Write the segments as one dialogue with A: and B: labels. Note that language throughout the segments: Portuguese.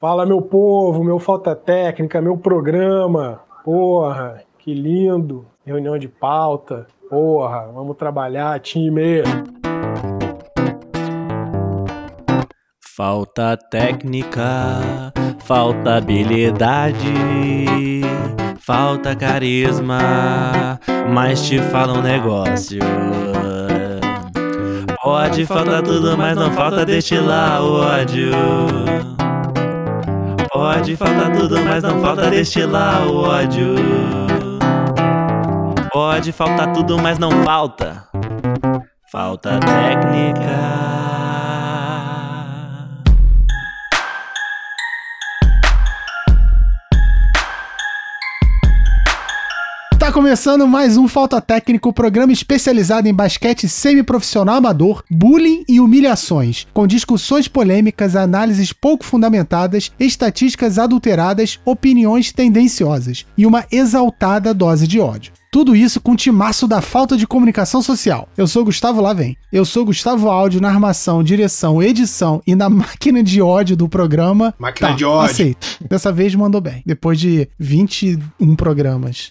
A: Fala, meu povo, meu falta técnica, meu programa. Porra, que lindo. Reunião de pauta. Porra, vamos trabalhar, time.
B: Falta técnica, falta habilidade, falta carisma, mas te fala um negócio. Pode faltar tudo, mas não falta destilar o ódio. Pode faltar tudo, mas não falta destilar o ódio. Pode faltar tudo, mas não falta. Falta técnica.
C: Tá começando mais um Falta Técnico, programa especializado em basquete semiprofissional amador, bullying e humilhações, com discussões polêmicas, análises pouco fundamentadas, estatísticas adulteradas, opiniões tendenciosas e uma exaltada dose de ódio. Tudo isso com o timaço da falta de comunicação social. Eu sou Gustavo Lavem. Eu sou Gustavo Áudio na armação, direção, edição e na máquina de ódio do programa.
D: Tá.
C: Tá,
E: Máquina de ódio.
C: Aceito. Dessa vez mandou bem. Depois de 21 programas.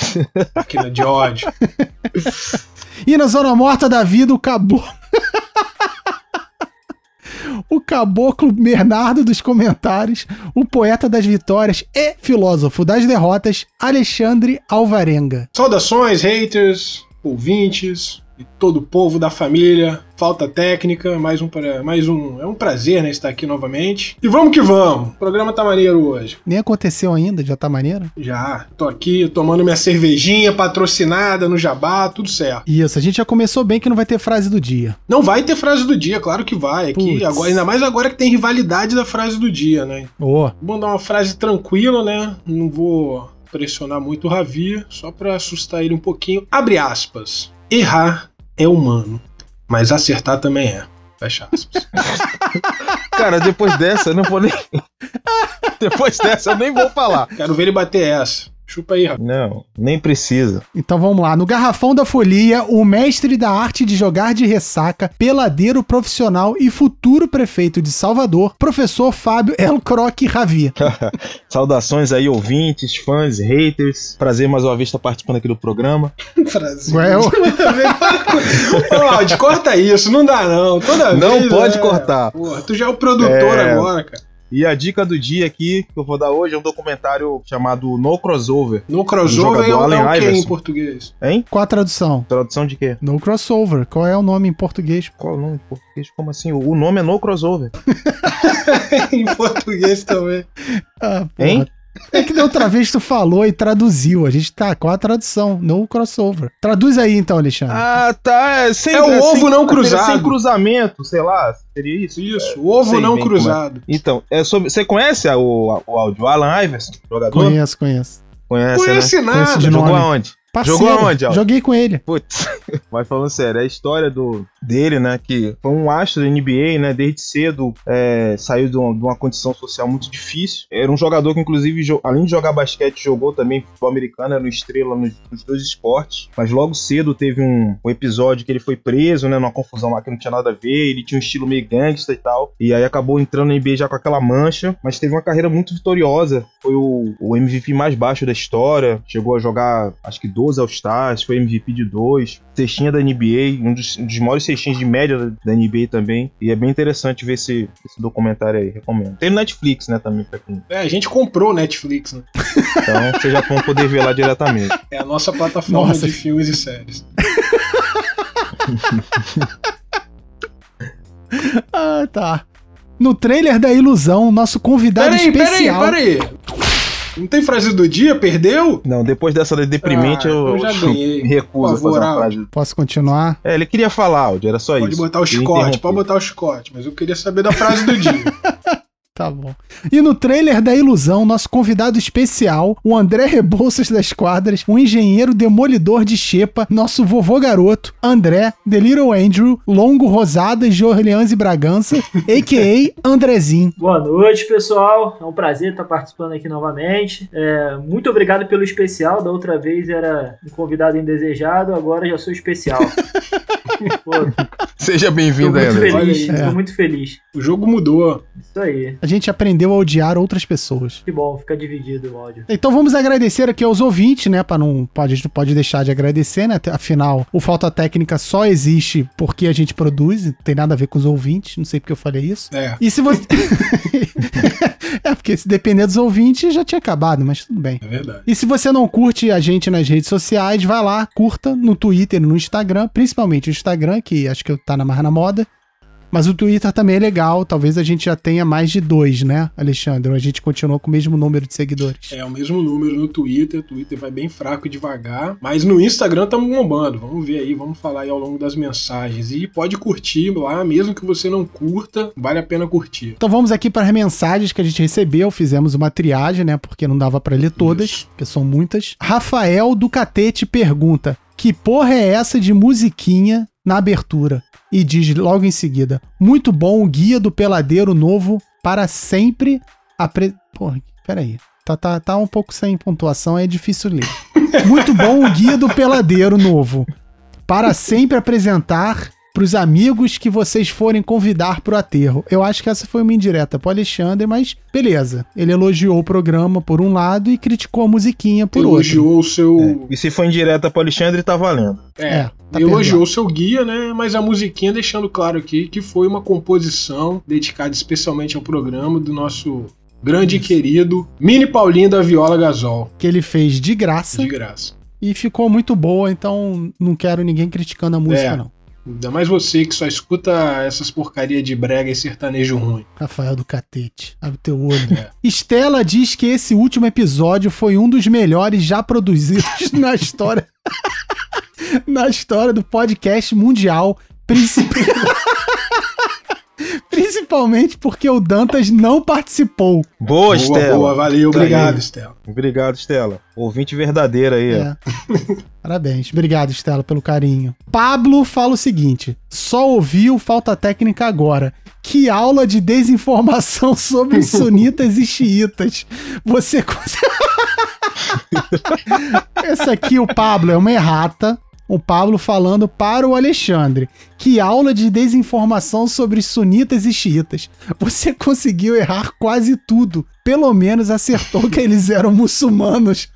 E: Máquina de ódio.
C: E na Zona Morta da Vida, o caboclo. o caboclo Bernardo dos comentários, o poeta das vitórias e filósofo das derrotas, Alexandre Alvarenga.
E: Saudações, haters, ouvintes e todo o povo da família. Falta técnica, mais um para mais um, é um prazer, né, estar aqui novamente. E vamos que vamos. O programa tá maneiro hoje.
C: Nem aconteceu ainda, já tá maneiro?
E: Já, tô aqui tomando minha cervejinha patrocinada no Jabá, tudo certo.
C: Isso, a gente já começou bem que não vai ter frase do dia.
E: Não vai ter frase do dia, claro que vai. Aqui
C: Putz.
E: agora, ainda mais agora que tem rivalidade da frase do dia, né?
C: Ô,
E: Vou dar uma frase tranquila, né? Não vou pressionar muito o Ravi, só pra assustar ele um pouquinho. Abre aspas. Errar é humano, mas acertar também é. Fecha aspas.
D: Cara, depois dessa eu não vou nem. depois dessa eu nem vou falar.
E: Quero ver ele bater essa. Chupa aí, Ravi.
D: Não, nem precisa.
C: Então vamos lá. No Garrafão da Folia, o mestre da arte de jogar de ressaca, peladeiro profissional e futuro prefeito de Salvador, professor Fábio El Croque Ravi.
D: Saudações aí, ouvintes, fãs, haters. Prazer mais uma vez estar participando aqui do programa.
E: Frase.
C: Ué, eu-
E: Claudio, corta isso, não dá não. Toda
D: Não
E: vez,
D: pode
E: é,
D: cortar.
E: Porra, tu já é o produtor
D: É.
E: agora, cara.
D: E a dica do dia aqui que eu vou dar hoje é um documentário chamado No Crossover,
E: No crossover é o
D: Jogador
E: é o
D: Allen
E: quê em
D: Iverson.
E: português?
D: hein?
C: Qual a tradução?
D: Tradução de quê?
C: No crossover. Qual é o nome em português?
D: Qual o nome em português? Como assim? O nome é No Crossover.
E: em português também.
C: Ah, porra.
D: Hein?
C: É que da outra vez tu falou e traduziu. A gente tá com a tradução, no crossover. Traduz aí então, Alexandre.
D: Ah, tá. É, sem,
E: É o ovo
D: sem-
E: não
D: Sem
E: cruzado.
D: cruzamento, sei lá. Seria isso?
E: Isso, ovo
D: Sei
E: não
D: bem como é.
E: cruzado.
D: Então, é sobre, você conhece a- o, a- o áudio? Alan Iverson, jogador?
C: Conheço, conheço.
D: Conhece, né?
E: Conhece
C: Conheço
E: nada.
C: de
D: Jogou
C: nome.
D: aonde?
C: Parceiro,
D: aonde, Aldo?
C: Joguei com ele.
D: Putz, mas falando sério, é a história do, dele, né, que foi um astro da NBA, né, desde cedo é, saiu de uma, de uma condição social muito difícil. Era um jogador que, inclusive, jo- além de jogar basquete, jogou também futebol americano, era um estrela nos, nos dois esportes. Mas logo cedo teve um, um episódio que ele foi preso, né, numa confusão lá que não tinha nada a ver, ele tinha um estilo meio gangsta e tal, e aí acabou entrando na NBA já com aquela mancha, mas teve uma carreira muito vitoriosa, foi o, o MVP mais baixo da história, chegou a jogar acho que 12 All-Stars, foi MVP de 2, cestinha da NBA, um dos, um dos maiores cestinhas de média da, da NBA também, e é bem interessante ver esse, esse documentário aí, recomendo. Tem no Netflix, né, também, pra quem...
E: É, a gente comprou Netflix, né?
D: Então, vocês já vão poder ver lá diretamente.
E: É a nossa plataforma
C: Nossa.
E: de filmes e séries.
C: Ah, tá. No trailer da ilusão, nosso convidado
E: Peraí, peraí,
C: especial.
E: peraí. Não tem frase do dia? Perdeu?
D: Não, depois dessa deprimente,
E: Ah,
D: eu,
E: eu já
D: eu
E: ganhei.
D: me recuso
E: Por favor,
D: a fazer uma
E: Aldo.
D: frase
C: Posso continuar?
D: É, ele queria falar, áudio, era só
E: Pode
D: isso.
E: botar o
D: Ele
E: chicote,
D: interrompeu.
E: pode botar o chicote, mas eu queria saber da frase do dia.
C: Tá bom. E no trailer da ilusão, nosso convidado especial, o André Rebouças das Quadras, um engenheiro demolidor de xepa, nosso vovô garoto, André, The Little Andrew, Longo Rosadas de Orleans e Bragança, a.k.a. Andrezinho.
F: Boa noite, pessoal. É um prazer estar participando aqui novamente. É, muito obrigado pelo especial. Da outra vez era um convidado indesejado, agora já sou especial. Pô, tô
D: Seja bem-vindo aí,
F: muito
D: André.
F: feliz,
C: Olha aí. É.
F: tô muito feliz.
E: O jogo mudou.
F: Isso aí.
C: A gente aprendeu a odiar outras pessoas.
F: Que bom, fica dividido o áudio.
C: Então vamos agradecer aqui aos ouvintes, né? Para não, a gente não pode deixar de agradecer, né? até- Afinal, o Falta Técnica só existe porque a gente produz, não tem nada a ver com os ouvintes, não sei porque eu falei isso.
E: É.
C: E se você. é porque se depender dos ouvintes já tinha acabado, mas tudo bem.
E: É verdade.
C: E se você não curte a gente nas redes sociais, vai lá, curta no Twitter, no Instagram, principalmente o Instagram, que acho que tá na mais na moda. Mas o Twitter também é legal, talvez a gente já tenha mais de dois, né, Alexandre? Ou A gente continua com o mesmo número de seguidores.
E: É o mesmo número no Twitter. O Twitter vai bem fraco e devagar. Mas no Instagram estamos bombando. Vamos ver aí, vamos falar aí ao longo das mensagens. E pode curtir lá, mesmo que você não curta, vale a pena curtir.
C: Então vamos aqui para as mensagens que a gente recebeu, fizemos uma triagem, né, porque não dava para ler todas,
E: Isso.
C: porque são muitas. Rafael do Catete pergunta: "Que porra é essa de musiquinha na abertura?" E diz logo em seguida: "Muito bom o guia do peladeiro novo para sempre apre... Porra, peraí. Tá, tá, tá um pouco sem pontuação, é difícil ler. Muito bom o guia do peladeiro novo. Para sempre apresentar pros amigos que vocês forem convidar pro aterro. Eu acho que essa foi uma indireta pro Alexandre, mas beleza. Ele elogiou o programa por um lado e criticou a musiquinha por outro.
E: Elogiou o seu.
D: É. E se for indireta pro Alexandre, tá valendo.
E: É.
C: É, tá
E: Elogiou seu guia, né? Mas a musiquinha deixando claro aqui que foi uma composição dedicada especialmente ao programa do nosso grande e querido Mini Paulinho da Viola Gasol.
C: Que ele fez de graça
E: De graça.
C: e ficou muito boa, então não quero ninguém criticando a música,
E: É.
C: não.
E: Ainda mais você que só escuta essas porcaria de brega e sertanejo ruim.
C: Rafael do Catete, abre teu olho.
E: É.
C: Estela diz que esse último episódio foi um dos melhores já produzidos na história. na história do podcast mundial. princip- Principalmente porque o Dantas não participou.
E: boa,
D: Boa, Estela.
E: boa, valeu,
D: Tá
E: obrigado,
D: aí.
E: Estela.
D: Obrigado, Estela. Ouvinte verdadeiro aí, ó.
C: É. Parabéns. Obrigado, Estela, pelo carinho. Pablo fala o seguinte: só ouvi o Falta Técnica agora. Que aula de desinformação sobre os sunitas e xiitas. Você. cons- Esse aqui, o Pablo, é uma errata. O Pablo falando para o Alexandre. Que aula de desinformação sobre os sunitas e xiitas. Você conseguiu errar quase tudo. Pelo menos acertou que eles eram muçulmanos.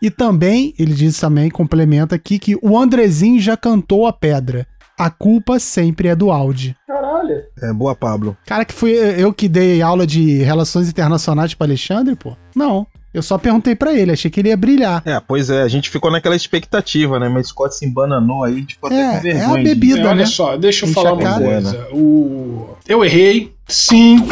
C: E também, ele diz também, complementa aqui, que o Andrezinho já cantou a pedra. A culpa sempre é do Audi.
F: Caralho.
D: É, boa, Pablo.
C: Cara, que fui eu que dei aula de relações internacionais para Alexandre, pô? Não. Eu só perguntei pra ele, achei que ele ia brilhar.
D: É, pois é, a gente ficou naquela expectativa, né? Mas Scott se embananou aí, a gente ficou
C: É,
D: até tá com
C: é
D: vergonha.
C: a
D: de-
E: É,
C: bebida,
E: olha
C: né?
E: só, deixa eu
C: Enche
E: falar
C: a
E: uma
D: cara.
E: coisa. O... Eu errei, sim.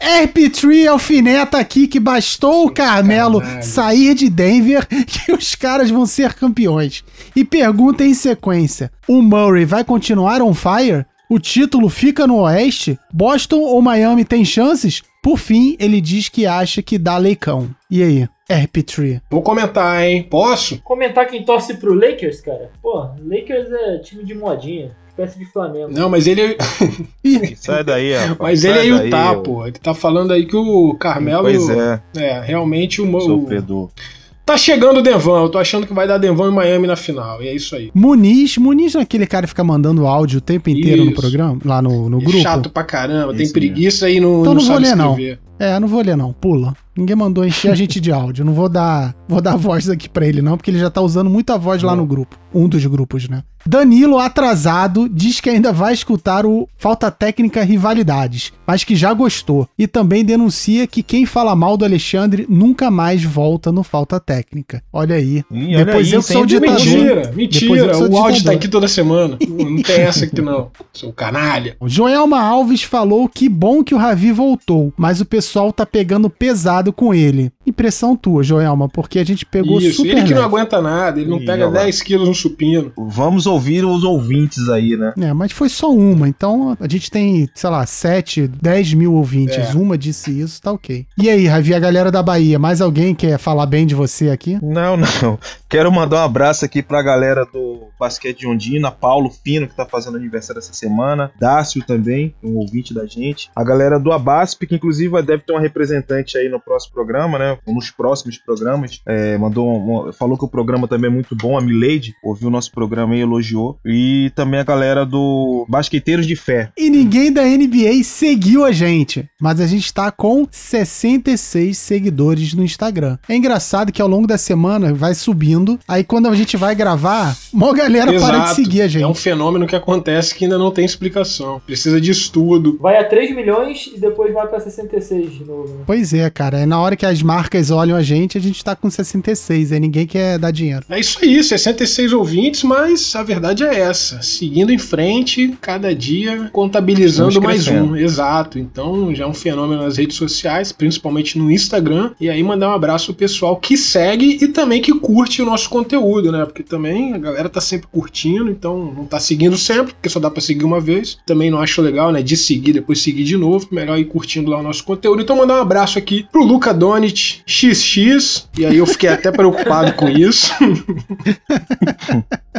C: RP3 alfineta aqui que bastou o Carmelo
E: Caralho.
C: sair de Denver que os caras vão ser campeões. E pergunta em sequência: o Murray vai continuar on fire? O título fica no Oeste? Boston ou Miami tem chances? Por fim, ele diz que acha que dá leicão. E aí, RP3?
E: Vou comentar, hein? Posso?
F: Comentar quem torce pro Lakers, cara. Pô, Lakers é time de modinha. Espécie de Flamengo.
E: Não, mas ele,
C: Ih,
D: Sai daí, ó.
E: mas
D: Sai
E: ele é
D: daí,
E: Utah,
D: ô.
E: pô. Ele tá falando aí que o Carmelo.
D: Pois é,
E: é, realmente o. Mo-
D: sofredor.
E: Tá chegando o Devão. Eu tô achando que vai dar Devão e Miami na final. E é isso aí.
C: Muniz, Muniz não é aquele cara que fica mandando áudio o tempo inteiro no
E: Isso.
C: programa, lá no, no
E: É
C: grupo.
E: Chato pra caramba. Tem
D: Isso
E: preguiça aí no.
C: Então
E: não
C: não vou
E: sabe
C: ler, não.
E: escrever.
C: É, não vou ler não, pula. Ninguém mandou encher a gente de áudio. Não vou dar, vou dar voz aqui pra ele não, porque ele já tá usando muita voz lá no grupo, um dos grupos, né? Danilo atrasado diz que ainda vai escutar o Falta Técnica Rivalidades, mas que já gostou e também denuncia que quem fala mal do Alexandre nunca mais volta no Falta Técnica. Olha aí.
D: Ih, olha
C: Depois
D: aí,
C: eu que sou o
D: sempre
C: ditador.
D: mentindo.
E: Mentira,
C: Depois eu
E: mentira.
C: sou
E: O áudio
C: ditador.
E: tá aqui toda semana. Não não tem essa aqui, não. Seu canalha.
C: Joelma Alves falou que bom que o Ravi voltou, mas o pessoal tá pegando pesado com ele. Impressão tua, Joelma, porque a gente pegou
E: Isso,
C: super
E: ele que não
C: leve.
E: aguenta nada, ele não
D: Ih,
E: pega
D: olha lá.
E: 10 quilos no supino.
D: Vamos ouvir os ouvintes aí, né?
C: É, mas foi só uma, então a gente tem, sei lá, 7, 10 mil ouvintes.
E: É.
C: Uma disse isso, tá ok. E aí, Ravi, a galera da Bahia, mais alguém quer falar bem de você aqui?
D: Não, não. Quero mandar um abraço aqui pra galera do Basquete de Ondina, Paulo Fino, que tá fazendo aniversário essa semana, Dácio também, um ouvinte da gente, a galera do Abasp, que inclusive deve deve ter uma representante aí no próximo programa, né? Ou Nos próximos programas. É, mandou um- um- falou que o programa também é muito bom. A Milady ouviu o nosso programa e elogiou. E também a galera do Basqueteiros de Fé.
C: E ninguém da NBA seguiu a gente, mas a gente está com 66 seguidores no Instagram. É engraçado que ao longo da semana vai subindo, aí quando a gente vai gravar, mó galera para de seguir a gente.
E: É um fenômeno que acontece que ainda não tem explicação. Precisa de estudo.
F: Vai a 3 milhões e depois vai pra 66 de novo. né?
C: Pois é, cara. É na hora que as marcas olham a gente, a gente tá com 66, aí ninguém quer dar dinheiro.
E: É isso aí, 66 ouvintes, mas a verdade é essa. Seguindo em frente, cada dia contabilizando
D: Vamos
E: mais
D: crescendo.
E: um. Exato. Então já é um fenômeno nas redes sociais, principalmente no Instagram. E aí mandar um abraço ao pessoal que segue e também que curte o nosso conteúdo, né? Porque também a galera tá sempre curtindo, então não tá seguindo sempre, porque só dá pra seguir uma vez. Também não acho legal, né? De seguir, depois seguir de novo. Melhor ir curtindo lá o nosso conteúdo. Então mandar um abraço aqui pro Luca Donit XX. E aí eu fiquei até preocupado com isso.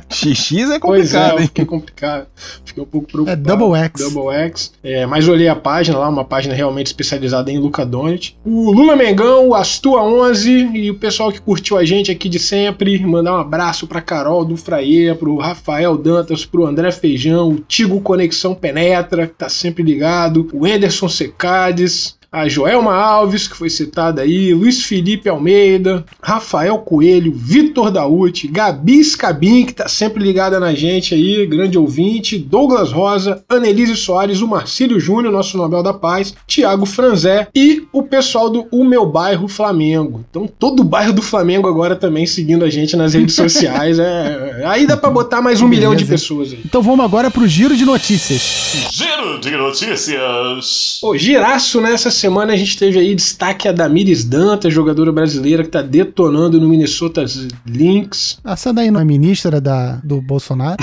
D: XX é
E: Pois é,
D: complicado,
E: eu
D: hein?
E: fiquei complicado. Fiquei um pouco preocupado.
C: É Double X.
E: Double X. É, mas olhei a página lá, uma página realmente especializada em Luca Donit. O Lula Mengão, o Astua 11 e o pessoal que curtiu a gente aqui de sempre. Mandar um abraço pra Carol do Fraia, pro Rafael Dantas, pro André Feijão, o Tigo Conexão Penetra, que tá sempre ligado, o Anderson Secades. A Joelma Alves, que foi citada aí, Luiz Felipe Almeida, Rafael Coelho, Vitor Daúti, Gabi Scabin, que tá sempre ligada na gente aí, grande ouvinte, Douglas Rosa, Anelise Soares, o Marcílio Júnior, nosso Nobel da Paz, Tiago Franzé e o pessoal do O Meu Bairro Flamengo. Então, todo o bairro do Flamengo agora também seguindo a gente nas redes sociais. é, aí dá pra botar mais um
C: Beleza.
E: milhão de pessoas aí.
C: Então vamos agora pro giro de notícias.
G: Giro de notícias.
E: Pô, giraço nessa semana a gente teve aí destaque a Damires Dantas, jogadora brasileira que tá detonando no Minnesota Lynx.
C: Essa daí não é ministra da, do Bolsonaro?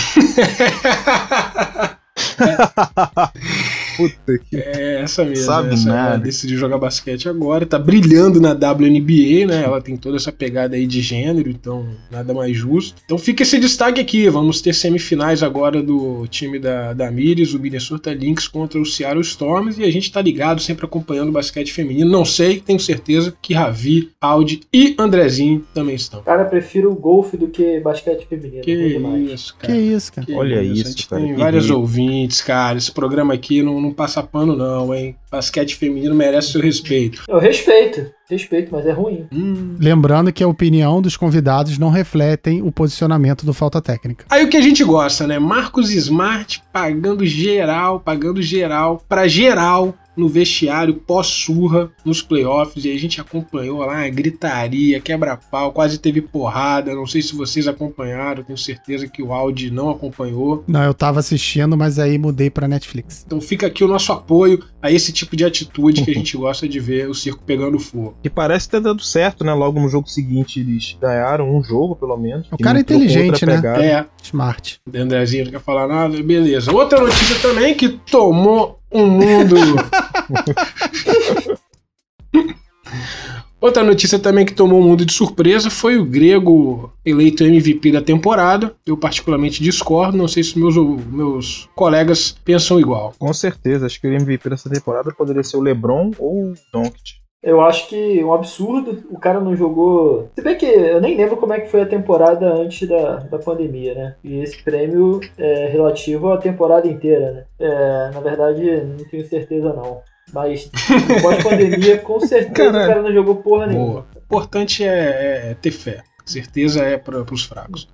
D: Puta que.
E: É essa mesmo.
D: Sabe
E: essa
D: nada.
E: Ela decidiu jogar basquete agora, tá brilhando na WNBA, né? Ela tem toda essa pegada aí de gênero, então nada mais justo. Então fica esse destaque aqui. Vamos ter semifinais agora do time da, da Mires, o Minnesota Lynx contra o Seattle Storms e a gente tá ligado, sempre acompanhando o basquete feminino. Não sei, tenho certeza que Ravi, Aldi e Andrezinho também estão.
F: Cara, eu prefiro golfe do que basquete feminino.
E: Que
F: muito mais.
E: isso,
C: Que é
E: cara.
C: isso, cara.
E: Que
D: Olha isso,
E: a gente
D: cara,
E: Tem
D: que
E: vários
D: rico.
E: ouvintes, cara. Esse programa aqui não, não passa pano, não, hein? Basquete feminino merece seu respeito.
F: Eu respeito, respeito, mas é ruim.
E: Hum.
C: Lembrando que a opinião dos convidados não refletem o posicionamento do Falta Técnica.
E: Aí o que a gente gosta, né? Marcos Smart pagando geral, pagando geral, pra geral no vestiário pós-surra nos playoffs. E a gente acompanhou lá a gritaria, quebra-pau, quase teve porrada. Não sei se vocês acompanharam, tenho certeza que o Audi não acompanhou.
C: Não, eu tava assistindo, mas aí mudei pra Netflix.
E: Então fica aqui o nosso apoio a esse tipo de atitude que a gente gosta de ver o circo pegando fogo.
D: Que parece ter dado certo, né? Logo no jogo seguinte eles ganharam um jogo, pelo menos.
C: O cara é
D: Que entrou com outra
C: inteligente, né?
D: pegada.
E: É,
C: Smart.
E: O Andrezinho não quer falar nada, beleza. Outra notícia também que tomou um mundo. Outra notícia também que tomou o mundo de surpresa foi o grego eleito MVP da temporada. Eu particularmente discordo, não sei se meus, meus colegas pensam igual.
D: Com certeza, acho que o MVP dessa temporada poderia ser o LeBron ou o Doncic.
F: Eu acho que é um absurdo. O cara não jogou. Se bem que eu nem lembro como é que foi a temporada antes da, da pandemia, né? E esse prêmio é relativo à temporada inteira, né? É, na verdade, não tenho certeza não. Mas pós-pandemia, com certeza
D: Caralho.
F: o cara não jogou porra nenhuma.
E: Boa. O importante é, é ter fé. Certeza é para os fracos.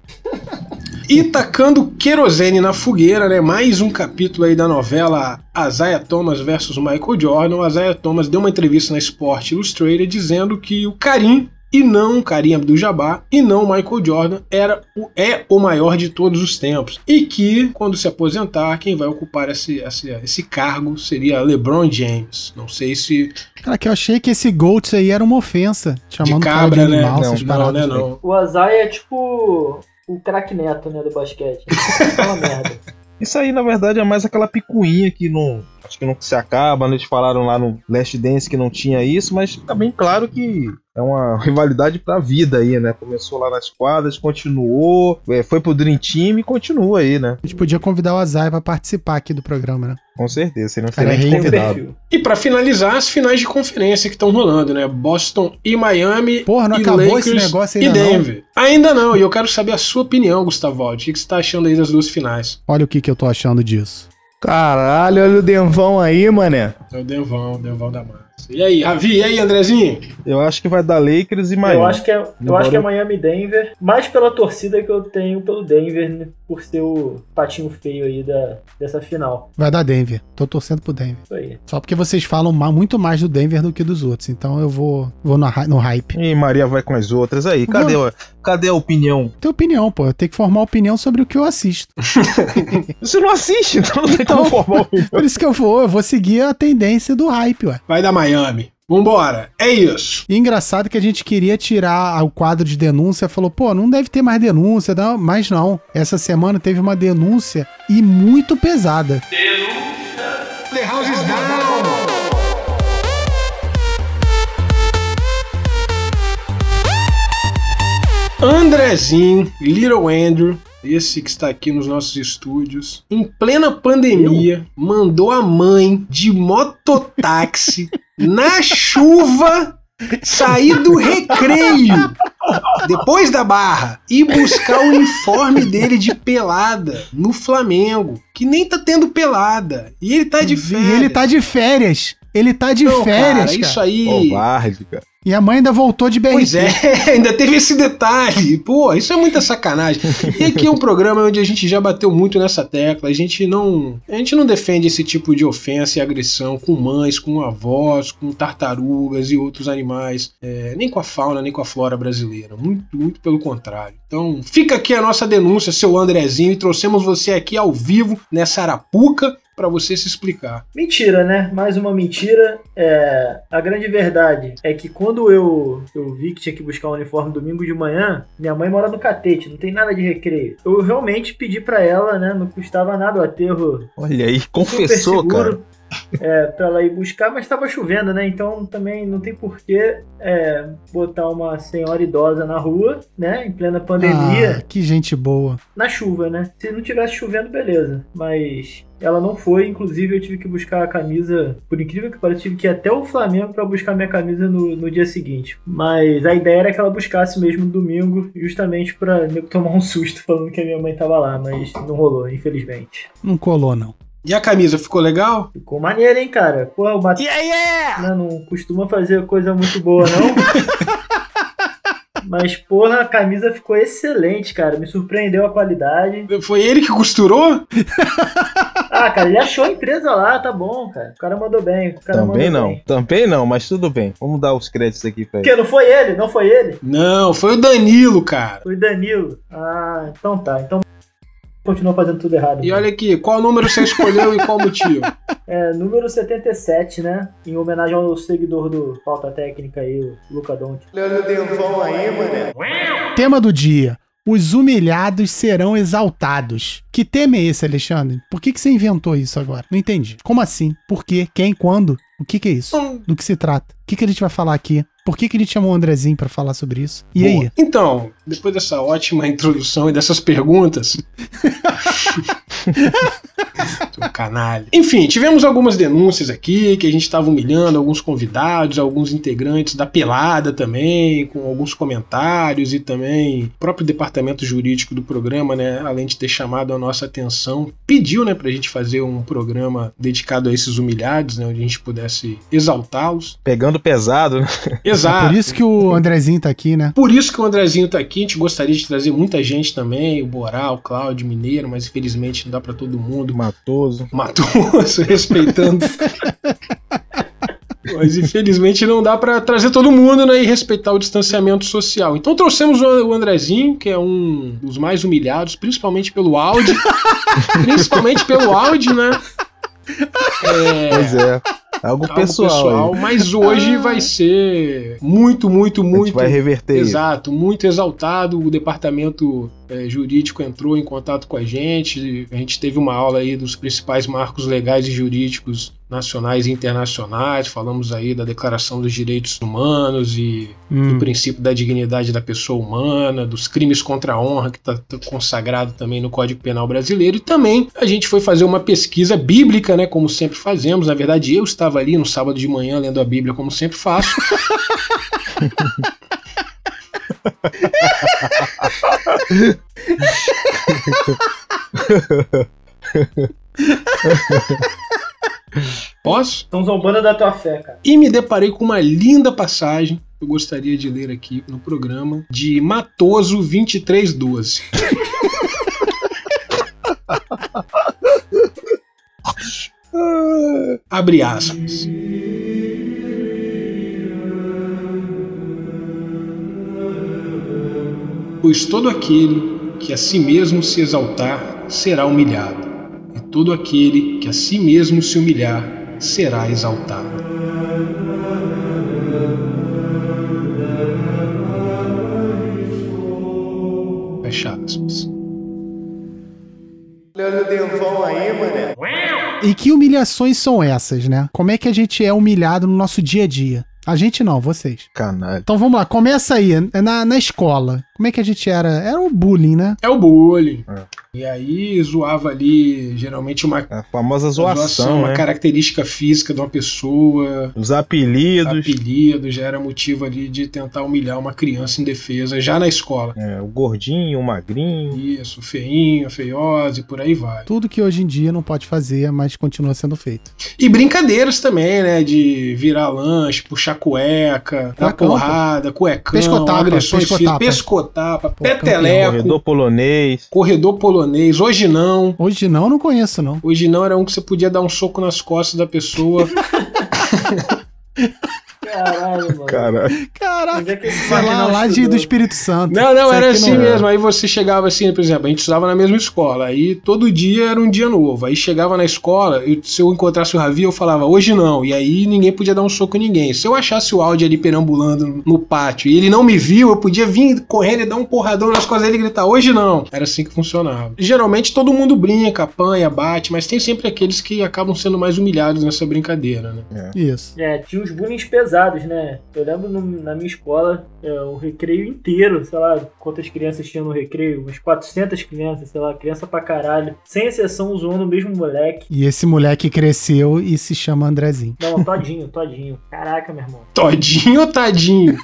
E: E tacando querosene na fogueira, né? Mais um capítulo aí da novela Isaiah Thomas versus Michael Jordan. O Isaiah Thomas deu uma entrevista na Sport Illustrated dizendo que o Karim e não o Karim Abdul-Jabbar e não o Michael Jordan era o, é o maior de todos os tempos e que quando se aposentar quem vai ocupar esse, esse, esse cargo seria LeBron James. Não sei se
C: Cara, que eu achei que esse GOAT aí era uma ofensa.
E: de
C: Chamando o
E: cabra,
C: cara de
E: né?
C: animal,
D: Não,
C: essas
E: não,
C: paradas.
E: né? Não.
F: O Azai é tipo o craque neto, né, do basquete. É uma merda.
D: Isso aí, na verdade, é mais aquela picuinha que não esporte que não se acaba. né? Eles falaram lá no Last Dance que não tinha isso, mas tá bem claro que é uma rivalidade pra vida aí, né? Começou lá nas quadras, continuou, é, foi pro Dream Team e continua aí, né?
C: A gente podia convidar o Azai pra participar aqui do programa, né?
D: Com certeza, seria um
C: Cara,
D: excelente
C: é
F: Tem um
D: convidado.
F: perfil.
E: E pra finalizar, as finais de conferência que estão rolando, né? Boston e Miami.
C: Porra, não
E: e
C: acabou
E: Lakers
C: esse negócio
E: e
C: ainda não.
E: Denver. Ainda não, e eu quero saber a sua opinião, Gustavo. Aldi. O que que você tá achando aí das duas finais?
C: Olha o que, que eu tô achando disso.
H: Caralho, olha o Denvão aí, mané.
E: É o Devão, o Devão da Massa. E aí, Ravi, e aí, Andrezinho?
D: Eu acho que vai dar Lakers e Miami.
F: Eu acho que é, eu
D: Embora
F: acho que é
D: eu-
F: Miami e Denver, mais pela torcida que eu tenho pelo Denver, né, por ser o patinho feio aí da, dessa final.
C: Vai dar Denver. Tô torcendo pro Denver.
F: Isso aí.
C: Só porque vocês falam ma- muito mais do Denver do que dos outros. Então eu vou, vou no, hy- no hype.
D: E Maria vai com as outras aí. Cadê, a- cadê a opinião?
C: Tem opinião, pô. Eu tenho que formar opinião sobre o que eu assisto.
D: Você não assiste, então não tem
C: Então-
D: como formar opinião.
C: Por isso que eu vou. Eu vou seguir a tendência do hype, ué.
E: Vai da Miami. Vambora. É isso.
C: E engraçado que a gente queria tirar o quadro de denúncia, falou, pô, não deve ter mais denúncia, não. mas não. Essa semana teve uma denúncia e muito pesada.
E: Andrezinho, Little Andrew, esse que está aqui nos nossos estúdios, em plena pandemia, mandou a mãe de mototáxi na chuva sair do recreio depois da barra e buscar o uniforme dele de pelada no Flamengo, que nem tá tendo pelada. E ele tá de férias.
C: E ele tá de férias. Ele tá de
E: Então,
C: férias,
E: cara,
C: cara.
E: Isso aí.
D: Covarde, cara.
C: E a mãe ainda voltou de BRT.
E: Pois é, ainda teve esse detalhe. Pô, isso é muita sacanagem. E aqui é um programa onde a gente já bateu muito nessa tecla. A gente não, a gente não defende esse tipo de ofensa e agressão com mães, com avós, com tartarugas e outros animais, é, nem com a fauna, nem com a flora brasileira. Muito, muito pelo contrário. Então, fica aqui a nossa denúncia, seu Andrezinho, e trouxemos você aqui ao vivo nessa arapuca para você se explicar.
F: Mentira, né? Mais uma mentira. É, a grande verdade é que quando eu, eu vi que tinha que buscar o uniforme domingo de manhã, minha mãe mora no catete, não tem nada de recreio. Eu realmente pedi pra ela, né? Não custava nada o aterro
D: Olha aí,
F: super
D: confessou, cara.
F: seguro é, pra ela ir buscar, mas tava chovendo, né? Então também não tem porquê é, botar uma senhora idosa na rua, né? Em plena pandemia
C: Ah, que gente boa.
F: na chuva, né? Se não tivesse chovendo, beleza. Mas ela não foi, inclusive eu tive que buscar a camisa, por incrível que pareça, eu tive que ir até o Flamengo pra buscar minha camisa no, no dia seguinte. Mas a ideia era que ela buscasse mesmo no domingo, justamente pra nego tomar um susto falando que a minha mãe tava lá, mas não rolou, infelizmente.
C: Não colou, não.
E: E a camisa ficou legal?
F: Ficou maneiro, hein, cara? Porra, o Matheus né, não costuma fazer coisa muito boa, não. Mas, porra, a camisa ficou excelente, cara. Me surpreendeu a qualidade.
E: Foi ele que costurou?
F: Ah, cara, ele achou a empresa lá, tá bom, cara. O cara mandou bem. O cara
D: Também
F: mandou
D: não,
F: Bem.
D: também não, mas tudo bem. Vamos dar os créditos aqui pra ele.
F: Porque não foi ele, não foi ele?
E: Não, foi o Danilo, cara.
F: Foi o Danilo. Ah, então tá. Então continuou fazendo tudo errado.
E: E olha aqui, qual número você escolheu e qual motivo?
F: É, número 77, né? Em homenagem ao seguidor do Falta Técnica aí, o Luca Donte.
C: Tema do dia. Os humilhados serão exaltados. Que tema é esse, Alexandre? Por que, que você inventou isso agora? Não entendi. Como assim? Por quê? Quem? Quando? O que, que é isso? Do que se trata? O que, que a gente vai falar aqui? Por que, que a gente chamou o Andrezinho pra falar sobre isso? E aí? É
E: Então, depois dessa ótima introdução e dessas perguntas. Seu canalha. Enfim, tivemos algumas denúncias aqui que a gente estava humilhando alguns convidados, alguns integrantes da pelada também, com alguns comentários e também o próprio departamento jurídico do programa, né, além de ter chamado a nossa atenção, pediu, né, pra gente fazer um programa dedicado a esses humilhados, né, onde a gente pudesse exaltá-los.
D: Pegando pesado, né?
E: Exato.
C: É por isso que o Andrezinho tá aqui, né?
E: Por isso que o Andrezinho tá aqui, a gente gostaria de trazer muita gente também, o Boral, o Cláudio, Mineiro, mas infelizmente não dá pra todo mundo.
D: Matoso.
E: Matoso, respeitando. Mas infelizmente não dá pra trazer todo mundo né, e respeitar o distanciamento social. Então trouxemos o o Andrezinho, que é um dos mais humilhados, principalmente pelo áudio. principalmente pelo áudio, né? É,
D: Pois é. Algo,
E: algo
D: pessoal. aí.
E: mas hoje vai ser muito, muito,
D: A gente
E: muito
D: vai reverter
E: Exato, muito exaltado. O departamento eh, jurídico entrou em contato com a gente. A gente teve uma aula aí dos principais marcos legais e jurídicos nacionais e internacionais, falamos aí da Declaração dos Direitos Humanos e do
C: Hum.
E: princípio da dignidade da pessoa humana, dos crimes contra a honra, que está consagrado também no Código Penal Brasileiro. E também a gente foi fazer uma pesquisa bíblica, né? Como sempre fazemos. Na verdade, eu estava ali no sábado de manhã lendo a Bíblia, como sempre faço. Posso?
F: Estão zombando da tua fé, cara.
E: E me deparei com uma linda passagem que eu gostaria de ler aqui no programa de Matoso 2312. Abre aspas. Pois todo aquele que a si mesmo se exaltar será humilhado, e todo aquele que a si mesmo se humilhar será exaltado. Fecha aspas.
H: Olha o Denvão aí, mané.
C: E que humilhações são essas, né? Como é que a gente é humilhado no nosso dia a dia? A gente não, vocês.
D: Canalha.
C: Então vamos lá, começa aí, é na, na escola. Como é que a gente era? Era o bullying, né?
E: É o bullying. E aí zoava ali geralmente uma
D: A famosa zoação,
E: uma
D: né?
E: característica física de uma pessoa,
D: Os apelidos.
E: apelido, já era motivo ali de tentar humilhar uma criança indefesa já na escola.
D: é, o gordinho, o magrinho.
E: Isso, feinho, feiosa e por aí vai.
C: Tudo que hoje em dia não pode fazer, mas continua sendo feito.
E: E brincadeiras também, né? De virar lanche, puxar cueca, dar
C: Cuecão,
E: porrada, cuecão,
C: Pescotapa,
E: agressões
C: pescotapa.
E: físicas, pescotapa,
C: campeão.
E: peteleco,
D: Corredor polonês.
E: corredor polonês. Hoje não.
C: Hoje não, eu não conheço, não.
E: Hoje não era um que você podia dar um soco nas costas da pessoa.
F: Caralho, mano.
D: Caralho.
C: Caraca,
F: Onde é que esse
C: sei lá,
F: marginal
C: lá de,
F: estudou?
C: do Espírito Santo.
E: não, não,
C: Isso
E: era
C: aqui
E: assim
C: não- é.
E: mesmo. Aí você chegava assim, por exemplo, a gente estudava na mesma escola. Aí todo dia era um dia novo. Aí chegava na escola, eu- se eu encontrasse o Ravi, eu falava, hoje não. E aí ninguém podia dar um soco em ninguém. Se eu achasse o áudio ali perambulando no pátio e ele não me viu, eu podia vir correndo e dar um porradão nas costas dele e gritar, hoje não. Era assim que funcionava. Geralmente todo mundo brinca, apanha, bate, mas tem sempre aqueles que acabam sendo mais humilhados nessa brincadeira, né?
C: Isso.
F: É, tinha os bullying pesados, né? Eu lembro no- na minha escola, é, o recreio inteiro, sei lá, quantas crianças tinha no recreio, umas 400 crianças, sei lá, criança pra caralho, sem exceção zoando o mesmo moleque.
C: E esse moleque cresceu e se chama Andrezinho.
F: Não, todinho, todinho. Caraca, meu irmão,
E: Todinho ou tadinho?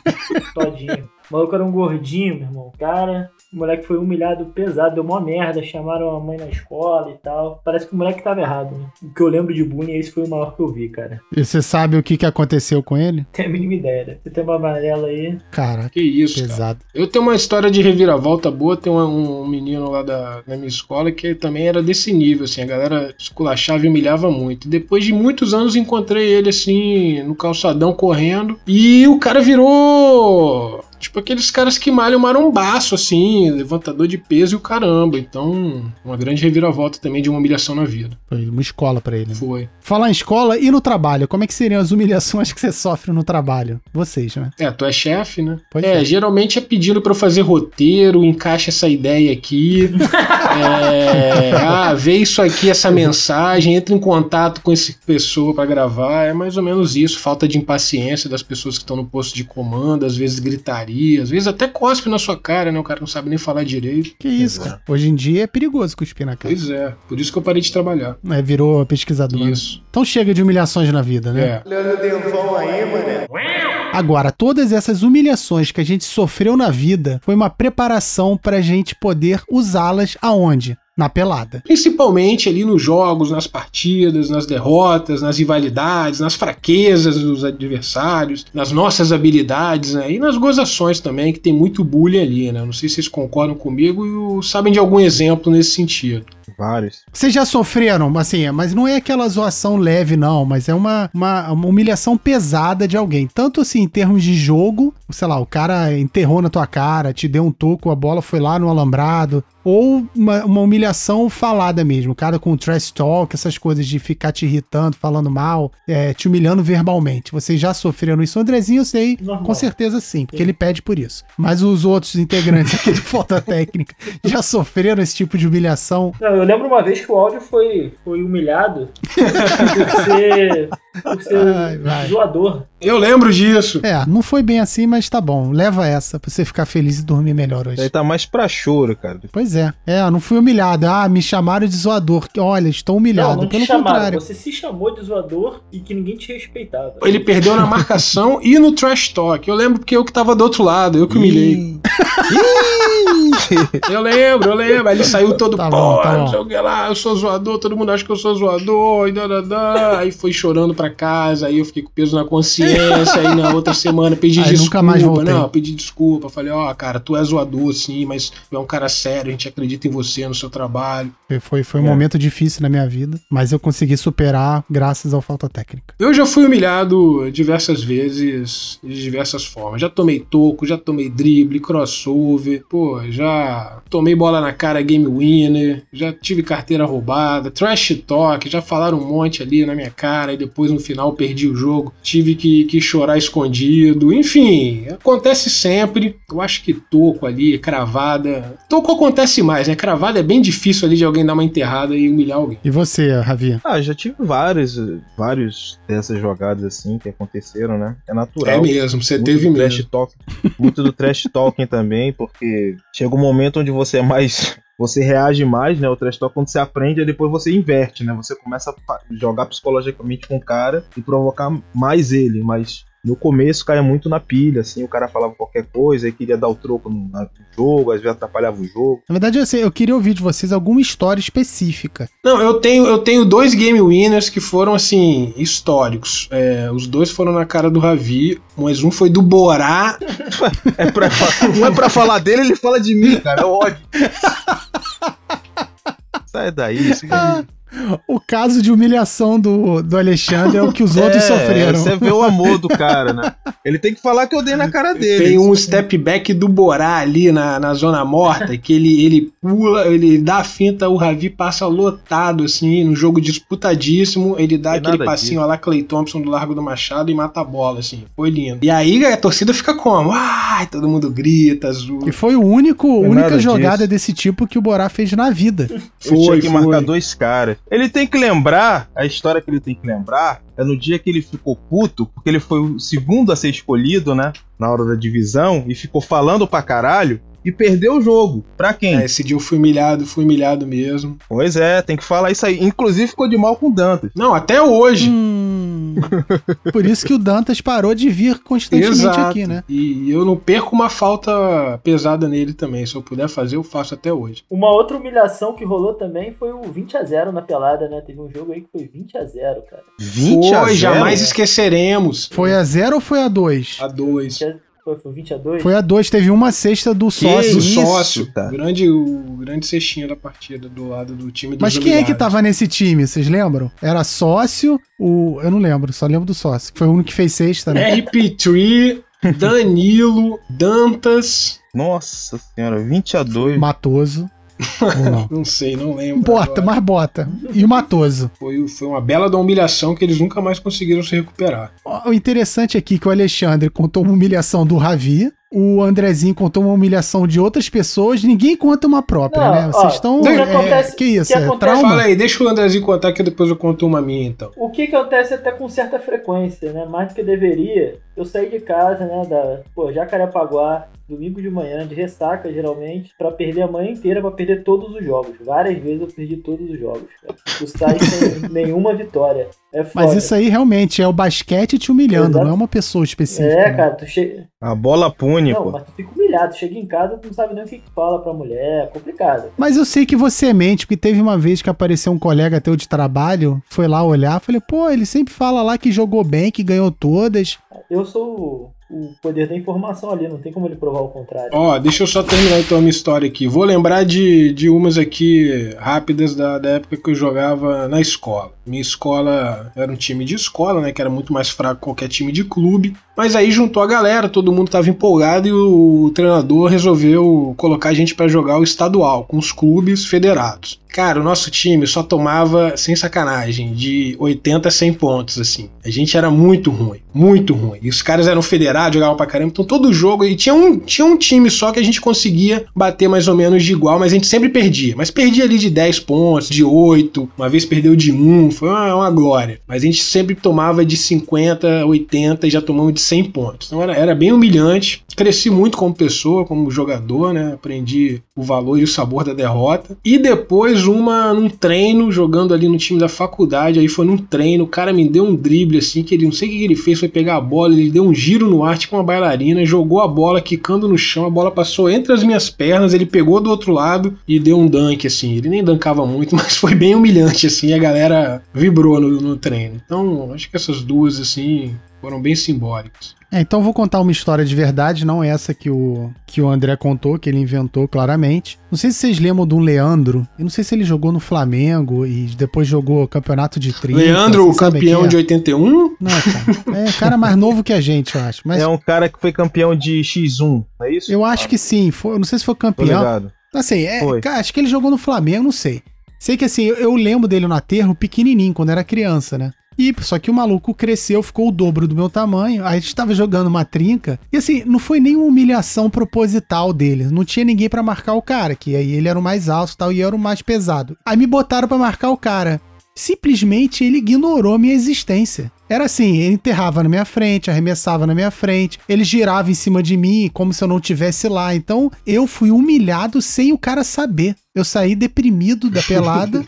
F: todinho. O maluco era um gordinho, meu irmão. Cara, o moleque foi humilhado pesado, deu mó merda, chamaram a mãe na escola e tal. Parece que o moleque tava errado, né? O que eu lembro de bullying, esse foi o maior que eu vi, cara.
C: E você sabe o que, que aconteceu com ele?
F: Tem a mínima ideia, né? Você tem uma amarela aí,
C: Caraca,
E: Que isso, cara.
C: pesado.
E: Eu tenho uma história de reviravolta boa, tem uma- um, menino lá da, da minha escola que também era desse nível, assim, a galera esculachava e humilhava muito. E Depois de muitos anos encontrei ele, assim, no calçadão correndo, e o cara virou... Tipo aqueles caras que malham marombaço, assim, levantador de peso e o caramba. Então, uma grande reviravolta também de uma humilhação na vida.
C: Foi uma escola pra ele. né?
E: Foi.
C: Falar em escola e no trabalho, como é que seriam as humilhações que você sofre no trabalho? Vocês, né?
E: É, tu é chefe, né?
C: Pois
E: é,
C: é.
E: geralmente é pedido pra eu fazer roteiro, encaixa essa ideia aqui. é, ah, vê isso aqui, essa mensagem, entra em contato com essa pessoa pra gravar. É mais ou menos isso. Falta de impaciência das pessoas que estão no posto de comando, às vezes gritaria, às vezes até cospe na sua cara, né? O cara não sabe nem falar direito.
C: Que isso, cara. Hoje em dia é perigoso cuspir na cara.
E: Pois é, por isso que eu parei de trabalhar.
C: É, virou pesquisador.
E: Isso.
C: Então chega de humilhações na vida, né?
E: É.
H: Olha o Denvão aí, mané.
C: Agora, todas essas humilhações que a gente sofreu na vida foi uma preparação pra gente poder usá-las aonde? Na pelada.
E: Principalmente ali nos jogos, nas partidas, nas derrotas, nas rivalidades, nas fraquezas dos adversários, nas nossas habilidades né? e nas gozações também, que tem muito bullying ali, né? Não sei se vocês concordam comigo e o- sabem de algum exemplo nesse sentido.
D: Vários.
C: Vocês já sofreram, assim, mas não é aquela zoação leve, não, mas é uma, uma, uma humilhação pesada de alguém. Tanto assim, em termos de jogo, sei lá, o cara enterrou na tua cara, te deu um toco, a bola foi lá no alambrado. Ou uma, uma humilhação falada mesmo, o cara com trash talk, essas coisas de ficar te irritando, falando mal, é, te humilhando verbalmente. Vocês já sofreram isso? O Andrezinho, eu sei,
F: Normal.
C: com certeza sim, porque ele pede por isso. Mas os outros integrantes aqui do Falta Técnica já sofreram esse tipo de humilhação?
F: Não, eu eu lembro uma vez que o áudio foi, foi humilhado por ser, por ser
C: Ai, vai.
F: zoador.
E: Eu lembro disso.
C: É, não foi bem assim, mas tá bom. Leva essa pra você ficar feliz e dormir melhor
D: Isso aí
C: hoje.
D: tá mais pra choro, cara.
C: Pois é. É, eu não fui humilhado. Ah, me chamaram de zoador. Que, Olha, estou humilhado.
F: Não, não te
C: Pelo
F: chamaram.
C: contrário.
F: Você se chamou de zoador e que ninguém te respeitava.
E: Ele perdeu na marcação e no trash talk. Eu lembro porque eu que tava do outro lado, eu que humilhei. Eu lembro, eu lembro. Aí ele saiu todo,
C: Tá
E: tá
C: bom,
E: pô,
C: tá
E: não
C: bom.
E: sei o que lá, eu sou zoador, todo mundo acha que eu sou zoador, e dadadá. Aí foi chorando pra casa, aí eu fiquei com peso na consciência, aí na outra semana pedi
C: Aí nunca
E: desculpa.
C: mais voltei.
E: Não, eu pedi desculpa, falei, ó, cara, tu é zoador sim, mas tu é um cara sério, a gente acredita em você, no seu trabalho.
C: Foi- Foi, foi um
D: É.
C: momento difícil na minha vida, mas eu consegui superar graças ao Falta Técnica.
E: Eu já fui humilhado diversas vezes, de diversas formas. Já tomei toco, já tomei drible, crossover, pô, já tomei bola na cara game winner, já tive carteira roubada, trash talk, já falaram um monte ali na minha cara e depois no final perdi o jogo, tive que, que chorar escondido, enfim, acontece sempre. Eu acho que toco ali, cravada. Toco acontece mais, né? Cravada é bem difícil ali de alguém dar uma enterrada e humilhar alguém.
C: E você, Ravi?
D: Ah, já tive várias, eh, vários dessas jogadas assim que aconteceram, né? É natural.
E: É mesmo, você
D: Muito
E: teve
D: do
E: mesmo.
D: trash talk, muito do trash talking também, porque chega um momento onde você é mais você reage mais, né? O trash talk quando você aprende, aí depois você inverte, né? Você começa a fa- jogar psicologicamente com o cara e provocar mais ele, mas no começo caia muito na pilha, assim, o cara falava qualquer coisa, aí queria dar o troco no, na- no jogo, às vezes atrapalhava o jogo.
C: Na verdade, eu, sei, eu queria ouvir de vocês alguma história específica.
E: Não, eu tenho, eu tenho dois game winners que foram, assim, históricos. É, os dois foram na cara do Ravi, mas um foi do Borá.
D: É pra, não é pra falar dele, ele fala de mim, cara, é ódio. Sai daí, isso é
C: O caso de humilhação do, do Alexandre é o que os outros sofreram.
D: Você vê o amor do cara, né? Ele tem que falar que eu dei na cara dele.
E: Tem um step back do Borá ali na, na zona morta, que ele, ele pula, ele dá a finta, o Ravi passa lotado, assim, num jogo disputadíssimo. Ele dá
D: Tem
E: aquele
D: nada
E: passinho lá, Clay Thompson do Largo do Machado e mata a bola, assim. Foi lindo. E aí a torcida fica como? Ai, todo mundo grita, azul.
C: E foi o único,
D: Não é
C: única
D: nada
C: jogada
D: disso.
C: desse tipo que o Borá fez na vida.
D: Ele tinha
E: Foi,
D: que
E: foi.
D: marcar dois caras. Ele tem que lembrar, a história que ele tem que lembrar é no dia que ele ficou puto, porque ele foi o segundo a ser escolhido, né? Na hora da divisão, e ficou falando pra caralho e perdeu o jogo. Pra quem?
E: É, esse dia eu fui humilhado, fui humilhado mesmo.
D: Pois é, tem que falar isso aí. Inclusive ficou de mal com o Dantas.
E: Não, até hoje.
C: Hum. Por isso que o Dantas parou de vir constantemente aqui, né?
E: E eu não perco uma falta pesada nele também. Se eu puder fazer, eu faço até hoje.
F: Uma outra humilhação que rolou também foi o 20x0 na pelada, né? Teve um jogo aí que foi 20x0, cara.
D: 20 a
E: foi,
D: 0?
E: jamais esqueceremos.
C: Foi a zero ou foi a dois?
E: A dois.
F: Foi, foi 20x2?
C: Foi a dois, teve uma sexta do
E: Do
C: sócio.
D: isso,
E: sócio.
D: cara?
E: Grande, o grande cestinho da partida do lado do time dos
C: Mas quem é que
E: humilhados.
C: tava nesse time, vocês lembram? Era sócio, o. Eu não lembro, só lembro do sócio. Foi o único que fez sexta, né?
E: RP3, Danilo, Dantas.
D: Nossa senhora, 20 a 2.
C: Matoso. Ou não?
E: Não sei, não lembro.
C: Bota,
E: agora.
C: mas bota. E o Matoso.
E: Foi, foi uma bela da humilhação que eles nunca mais conseguiram se recuperar.
C: O interessante aqui é que o Alexandre contou uma humilhação do Ravi, o Andrezinho contou uma humilhação de outras pessoas, ninguém conta uma própria,
F: Não,
C: né?
F: ó,
C: Vocês estão.
F: o que
C: é,
F: acontece-
C: que isso?
F: o que
C: é
F: acontece-
C: trauma?
E: Fala aí, deixa o Andrezinho contar que depois eu conto uma minha, então.
F: O que que acontece até com certa frequência, né? Mais do que deveria. Eu saí de casa, né? Da, pô, Jacarepaguá, domingo de manhã, de ressaca geralmente, pra perder a manhã inteira, pra perder todos os jogos. Várias vezes eu perdi todos os jogos. cara. Tu sai sem nenhuma vitória. É foda.
C: Mas isso aí realmente é o basquete te humilhando,
F: Exato.
C: não é uma pessoa específica. né?
F: É, cara, tu chega.
D: A bola pune,
F: Não,
D: pô.
F: mas tu fica humilhado. Chega em casa, tu não sabe nem o que que fala pra mulher. É complicado.
C: Mas eu sei que você mente, porque teve uma vez que apareceu um colega teu de trabalho, foi lá olhar, falei, pô, ele sempre fala lá que jogou bem, que ganhou todas.
F: Eu sou o, o poder da informação ali, não tem como ele provar o contrário.
E: Ó, deixa eu só terminar então a minha história aqui. Vou lembrar de, de umas aqui rápidas da, da época que eu jogava na escola. Minha escola era um time de escola, né? Que era muito mais fraco que qualquer time de clube. Mas aí juntou a galera, todo mundo tava empolgado e o treinador resolveu colocar a gente pra jogar o estadual com os clubes federados. Cara, o nosso time só tomava, sem sacanagem, de 80 a 100 pontos, assim. A gente era muito ruim, muito ruim. E os caras eram federados parado, jogava pra caramba. Então todo jogo, e tinha um, tinha um time só que a gente conseguia bater mais ou menos de igual, mas a gente sempre perdia. Mas perdia ali de 10 pontos, de 8, uma vez perdeu de 1, foi uma, uma glória. Mas a gente sempre tomava de 50, 80 e já tomamos de 100 pontos. Então era, era bem humilhante. Cresci muito como pessoa, como jogador, né? Aprendi o valor e o sabor da derrota. E depois uma num treino, jogando ali no time da faculdade, aí foi num treino, o cara me deu um drible assim, que ele não sei o que que ele fez, foi pegar a bola, ele deu um giro no ar tipo uma bailarina, jogou a bola quicando no chão, a bola passou entre as minhas pernas, ele pegou do outro lado e deu um dunk assim. Ele nem dancava muito, mas foi bem humilhante assim, a galera vibrou no, no treino. Então, acho que essas duas assim foram bem simbólicas.
C: É, então eu vou contar uma história de verdade, não essa que o, que o André contou, que ele inventou claramente. Não sei se vocês lembram de um Leandro. Eu não sei se ele jogou no Flamengo e depois jogou campeonato de 30.
E: Leandro, o
C: vocês sabem
E: campeão
C: quem
E: de 81,
C: é? Não, cara. É cara mais novo que a gente, eu acho. Mas
D: É um cara que foi campeão de X1, não é isso?
C: eu acho que sim. Foi, eu não sei se foi
D: Tô
C: campeão.
D: ligado.
C: Assim, é,
D: Foi.
C: cara, acho que ele jogou no Flamengo, não sei. Sei que assim, eu, eu lembro dele no aterro pequenininho, quando era criança, né? E só que o maluco cresceu, ficou o dobro do meu tamanho. Aí a gente tava jogando uma trinca. E assim, não foi nenhuma humilhação proposital dele. Não tinha ninguém pra marcar o cara, que aí ele era o mais alto e tal, e eu era o mais pesado. Aí me botaram pra marcar o cara. Simplesmente ele ignorou minha existência. Era assim, ele enterrava na minha frente, arremessava na minha frente, ele girava em cima de mim como se eu não tivesse lá. Então eu fui humilhado sem o cara saber. Eu saí deprimido da pelada.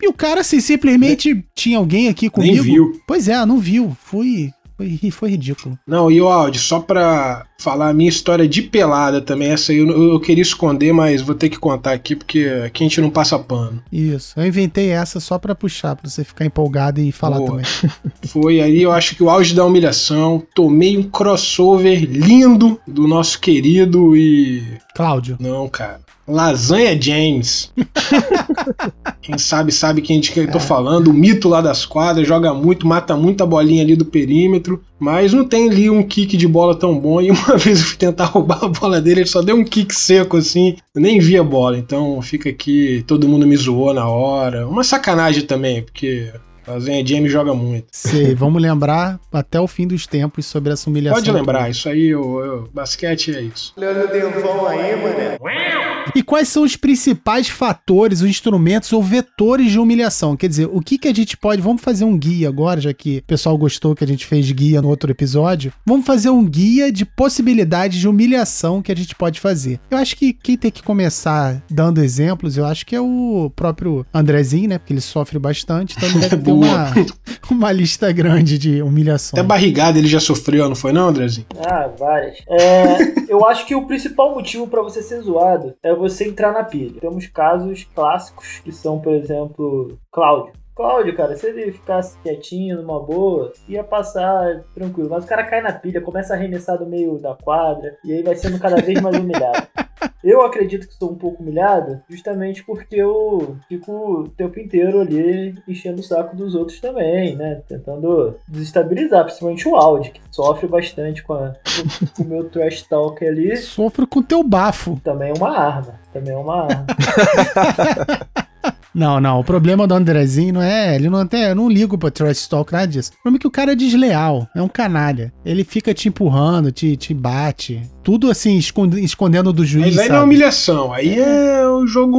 C: e o cara assim, simplesmente tinha alguém aqui comigo.
E: nem viu.
C: Pois é, não viu. Fui. Foi, foi ridículo.
E: Não, e o áudio, só pra falar a minha história de pelada também, essa aí eu, eu queria esconder, mas vou ter que contar aqui, porque aqui a gente não passa pano.
C: Isso. Eu inventei essa só pra puxar, pra você ficar empolgado e falar
E: Boa.
C: também.
E: Foi aí, eu acho que o auge da humilhação, tomei um crossover lindo do nosso querido e...
C: Cláudio.
E: Não, cara. Lasanha James. quem sabe, sabe quem de quem eu tô falando. O mito lá das quadras, joga muito, mata muita bolinha ali do perímetro. Mas não tem ali um kick de bola tão bom. E uma vez eu fui tentar roubar a bola dele, ele só deu um kick seco assim. Eu nem vi a bola. Então fica aqui, todo mundo me zoou na hora. Uma sacanagem também, porque Lasanha James joga muito.
C: Sei, vamos lembrar até o fim dos tempos sobre essa humilhação.
E: Pode lembrar, isso aí, eu, eu- basquete é isso.
H: Olhando o denfão aí, mané.
C: E quais são os principais fatores, os instrumentos ou vetores de humilhação? Quer dizer, o que, que a gente pode. Vamos fazer um guia agora, já que o pessoal gostou que a gente fez guia no outro episódio. Vamos fazer um guia de possibilidades de humilhação que a gente pode fazer. Eu acho que quem tem que começar dando exemplos, eu acho que é o próprio Andrezinho, né? Porque ele sofre bastante, então ele deve ter uma, uma lista grande de humilhação.
E: Até barrigada ele já sofreu, não foi não, Andrezinho?
F: Ah, várias. É, eu acho que o principal motivo pra você ser zoado é você entrar na pilha. Temos casos clássicos que são, por exemplo, Cláudio. Cláudio, cara, se ele ficasse quietinho, numa boa, ia passar tranquilo. Mas o cara cai na pilha, começa a arremessar do meio da quadra, e aí vai sendo cada vez mais humilhado. Eu acredito que sou um pouco humilhado, justamente porque eu fico o tempo inteiro ali enchendo o saco dos outros também, né? Tentando desestabilizar, principalmente o Audi, que sofre bastante com, a- com o meu trash talk ali.
C: Sofro com teu bafo.
F: Também é uma arma. Também é uma arma.
C: Não, não. O problema do Andrezinho não é. Ele não até. Eu não ligo pra trash talk, nada disso. O problema é que o cara é desleal. É um canalha. Ele fica te empurrando, te, te bate. Tudo assim, esconde- escondendo do juiz.
E: Mas aí não é
C: sabe?
E: humilhação, aí é o jogo,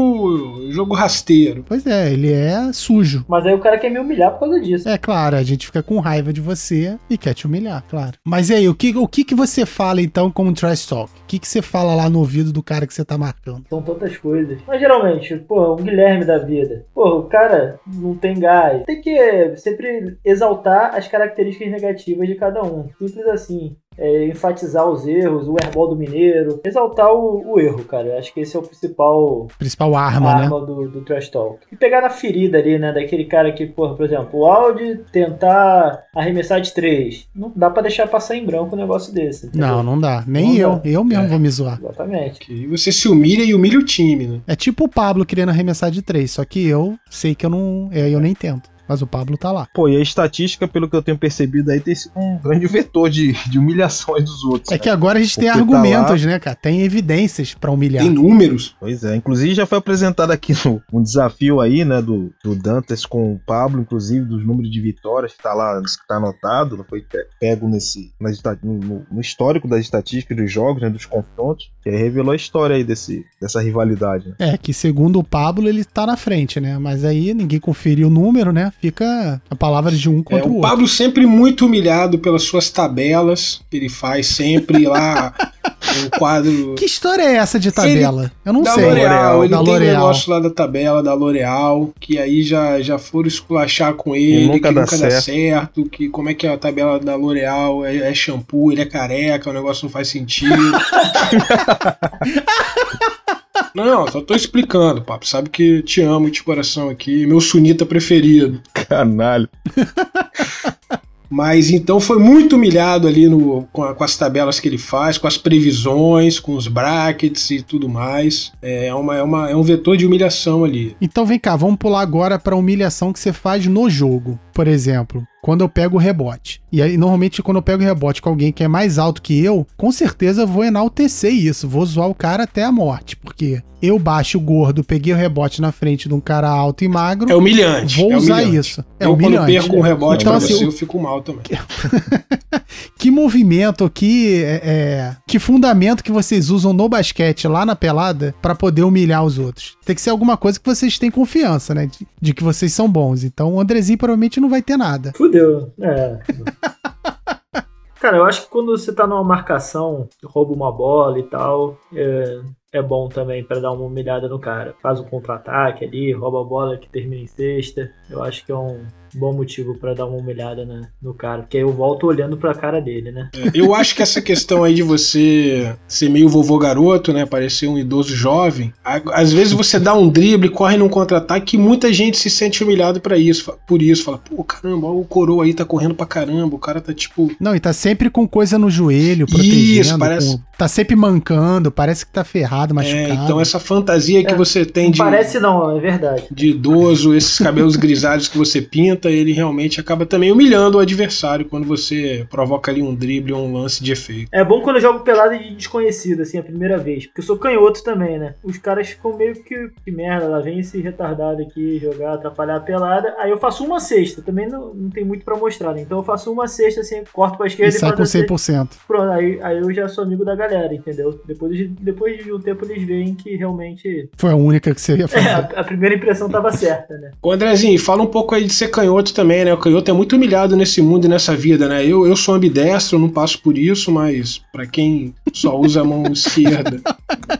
E: o jogo rasteiro.
C: Pois é, ele é sujo.
F: Mas aí o cara quer me humilhar por causa disso.
C: É claro, a gente fica com raiva de você e quer te humilhar, claro. Mas e aí, o que, o que, que você fala então com o trash talk? O que, que você fala lá no ouvido do cara que você tá marcando?
F: São tantas coisas. Mas geralmente, porra, o Guilherme da vida. Porra, o cara não tem gás. Tem que sempre exaltar as características negativas de cada um. Simples assim. É, enfatizar os erros, o airball do mineiro. Exaltar o, o erro, cara. Eu Acho que esse é o principal
C: Principal arma, né?
F: arma do, do trash talk. E pegar na ferida ali, né? Daquele cara que, porra, por exemplo, o Audi tentar arremessar de três. Não dá pra deixar passar em branco um negócio desse. entendeu?
C: Não, não dá. Nem
F: Não
C: eu.
F: dá.
C: Eu mesmo vou me zoar.
F: Exatamente.
E: Que aí você se humilha e humilha o time, né?
C: É tipo o Pablo querendo arremessar de três, só que eu sei que eu não. é, Eu nem tento. Mas o Pablo tá lá.
D: Pô, e a estatística, pelo que eu tenho percebido aí, tem sido um grande vetor de, de humilhações dos outros.
C: É
D: né?
C: que agora a gente tem
D: Porque tá
C: argumentos, né, cara? Tem evidências pra humilhar.
E: Tem números.
D: Pois é, inclusive já foi apresentado aqui no- um desafio aí, né, do, do Dantas com o Pablo, inclusive, dos números de vitórias que tá lá, que tá anotado, foi pe- pego nesse, nas esta- no- no, no histórico das estatísticas dos jogos, né, dos confrontos, que aí revelou a história aí desse, dessa rivalidade, né?
C: É, que segundo o Pablo, ele tá na frente, né? Mas aí ninguém conferiu o número, né? Fica a palavra de um
E: É,
C: contra o,
E: o
C: outro.
E: Pablo sempre muito humilhado pelas suas tabelas que ele faz sempre lá no quadro
C: Que história é essa de tabela? Eu não
E: da
C: sei.
E: L'Oreal. Ele
C: Da
E: tem um
C: L'Oreal.
E: negócio lá da tabela da L'Oreal, que aí já, já foram esculachar com ele,
D: E nunca
E: que
D: dá
E: nunca dá certo, que como é que a tabela da L'Oreal é, é shampoo, ele é careca, o negócio não faz sentido. Não, só tô explicando, papo. Sabe que te amo de coração aqui, meu sunita preferido.
D: Canalho.
E: Mas então foi muito humilhado ali no- com, a- com as tabelas que ele faz, com as previsões, com os brackets e tudo mais. É, uma- é uma- é um vetor de humilhação ali.
C: Então vem cá, vamos pular agora pra humilhação que você faz no jogo. Por exemplo, quando eu pego o rebote. E aí, normalmente, quando eu pego o rebote com alguém que é mais alto que eu, com certeza eu vou enaltecer isso. Vou zoar o cara até a morte. Porque eu baixo gordo, peguei o rebote na frente de um cara alto e magro.
E: É humilhante.
C: Vou
E: é
C: usar
E: humilhante.
C: isso. É
E: eu, quando
C: humilhante.
E: perco um rebote
C: Então,
E: pra
C: assim,
E: você,
C: o-
E: eu fico mal também.
C: Que movimento, que é, é, que fundamento que vocês usam no basquete lá na pelada pra poder humilhar os outros? Tem que ser alguma coisa que vocês têm confiança, né? De, de que vocês são bons. Então o Andrezinho provavelmente não vai ter nada.
F: Fudeu. É. Cara, eu acho que quando você tá numa marcação, rouba uma bola e tal, é, é bom também pra dar uma humilhada no cara. Faz um contra-ataque ali, rouba a bola que termina em sexta. Eu acho que é um bom motivo pra dar uma humilhada né, no cara, porque aí eu volto olhando pra cara dele, né?
E: É, Eu acho que essa questão aí de você ser meio vovô garoto, né? Parecer um idoso jovem. a- Às vezes você dá um drible, corre num contra-ataque e muita gente se sente humilhado pra isso, fa- por isso. Fala, pô, caramba, ó, o coroa aí tá correndo pra caramba. O cara tá tipo.
C: Não, e tá sempre com coisa no joelho, protegendo.
E: Isso, parece-
C: com- tá sempre mancando, parece que tá ferrado, machucado.
E: É, então essa fantasia que
F: É,
E: você tem
F: Não
E: de,
F: parece não, é verdade.
E: de idoso, esses cabelos grisalhos que você pinta, ele realmente acaba também humilhando o adversário quando você provoca ali um drible ou um lance de efeito.
F: É bom quando eu jogo pelada de desconhecido, assim, a primeira vez. Porque eu sou canhoto também, né? Os caras ficam meio que, que merda, lá vem esse retardado aqui jogar, atrapalhar a pelada. Aí eu faço uma cesta, também não, não tem muito pra mostrar, né? Então eu faço uma cesta, assim, corto pra
C: E
F: esquerda e,
C: sai
F: faço
C: com
F: a cesta.
C: 100%.
F: Pronto, aí, aí eu já sou amigo da galera, entendeu? Depois, de- depois de um tempo eles veem que realmente
C: Foi a única que você ia
F: é,
C: fazer.
F: a, a primeira impressão tava certa, né?
E: Ô Andrezinho, fala um pouco aí de ser canhoto também, né? O canhoto é muito humilhado nesse mundo e nessa vida, né? Eu, eu sou ambidestro, não passo por isso, mas pra quem só usa a mão esquerda.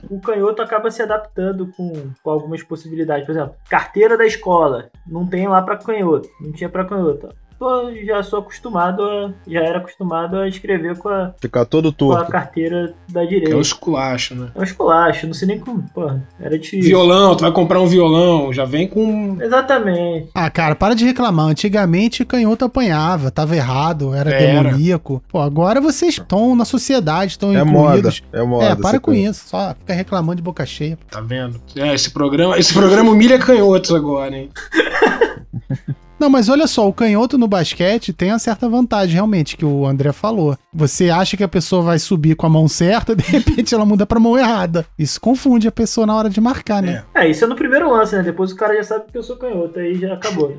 F: o canhoto acaba se adaptando com, com algumas possibilidades. Por exemplo, carteira da escola. Não tem lá pra canhoto. Não tinha pra canhoto. Tô, já sou acostumado a, Já era acostumado a escrever com a,
D: Ficar todo
F: com a
D: torto.
F: carteira da
E: É
F: direita.
E: um esculacho, né?
F: É um esculacho, não sei nem como. Porra, era difícil.
E: Violão, tu vai comprar um violão, já vem com um,
F: Exatamente.
C: Ah, cara, para de reclamar. Antigamente canhoto apanhava, tava errado, era,
E: Era.
C: demoníaco. Pô, agora vocês estão na sociedade, estão
D: É moda,
C: incluídos.
D: é moda.
C: é, para
D: essa
C: com
D: coisa.
C: isso, só fica reclamando de boca cheia.
E: Tá vendo? É, esse programa, esse programa humilha canhotos agora, hein?
C: Não, mas olha só, o canhoto no basquete tem uma certa vantagem, realmente, que o André falou. Você acha que a pessoa vai subir com a mão certa, de repente ela muda pra mão errada. Isso confunde a pessoa na hora de marcar, né?
F: É, isso é no primeiro lance, né? Depois o cara já sabe que eu sou canhoto, aí já acabou. né?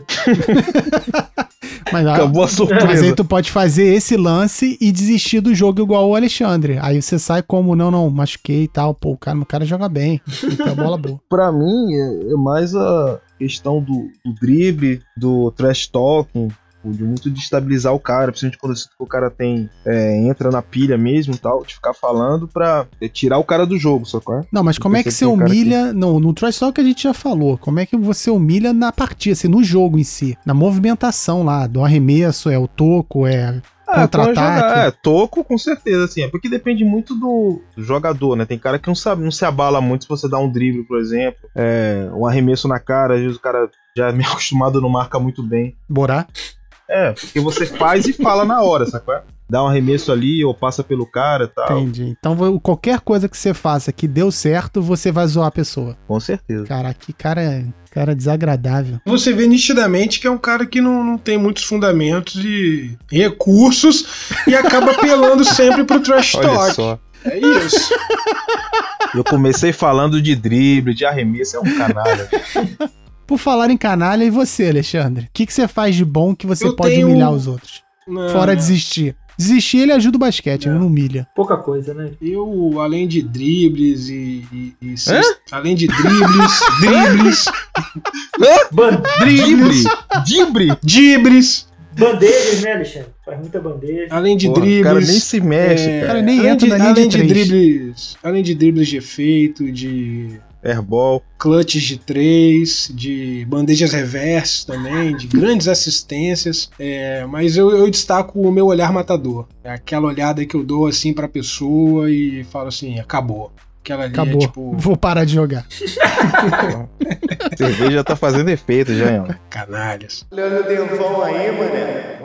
C: Mas, ah,
D: Acabou a
C: mas aí
D: surpresa.
C: tu pode fazer esse lance e desistir do jogo igual o Alexandre. Aí você sai como, não, não, machuquei e tal. Pô, o cara, o cara joga bem, fica a bola boa.
D: Pra mim, é é mais a questão do, do drible, do trash talking, de muito destabilizar o cara, principalmente quando eu sinto que o cara tem é, entra na pilha mesmo e tal, de ficar falando pra é, tirar o cara do jogo, sacou?
C: Não, mas
D: Eu
C: como é que
D: pensei
C: você
D: que tem um cara
C: humilha... Não, no trash talk a gente já falou. Como é que você humilha na partida, assim, no jogo em si? Na movimentação lá, do arremesso, é o toco, é
D: Ah, quando eu
C: Contra-ataque.
D: jogar, É, toco com certeza, assim. É porque depende muito do, do jogador, né? Tem cara que não sabe, não se abala muito se você dá um drible, por exemplo. É, um arremesso na cara, às vezes o cara já é meio acostumado, não marca muito bem.
C: Borá.
D: É, porque você faz e fala na hora, sacou? dá um arremesso ali ou passa pelo cara e tal.
A: Ah.
C: Entendi. Então vo- qualquer coisa que você faça que deu certo, você vai zoar a pessoa.
D: Com certeza.
C: Cara, que cara, cara desagradável.
A: Você vê nitidamente que é um cara que não, não tem muitos fundamentos e recursos e acaba apelando sempre pro trash
D: Olha
A: talk.
D: só.
A: É isso.
D: Eu comecei falando de drible, de arremesso, é um canalha.
C: Por falar em canalha, e você, Alexandre? O que, que você faz de bom que você
A: Eu
C: pode
A: tenho- um- Ah.
C: humilhar os outros?
A: Não,
C: Fora
A: não.
C: desistir. Desistir, ele ajuda o basquete, ele não humilha.
F: Pouca coisa, né?
A: Eu, além de dribles e. e- e cest- Além de dribles, dribles,
F: Ban
D: drible! Drible!
A: dribles,
F: bandeiras, né, Alexandre? Faz muita bandeja.
A: além de
D: Porra,
A: dribles.
D: o cara nem se mexe,
A: é,
D: cara.
C: cara nem
A: além
C: entra
A: de,
C: na linha de
A: além de
C: três.
A: dribles. Além de dribles de efeito, de
D: Airball.
A: clutches de três, de bandejas reverso também, de grandes assistências. É, mas eu, eu destaco o meu olhar matador. É aquela olhada que eu dou assim pra pessoa e falo assim: acabou. Aquela ali
C: Acabou.
A: é tipo.
C: Vou parar de jogar.
D: Cerveja tá fazendo efeito já, hein?
A: Canalhas.
I: Olhando o Denfão aí, mané.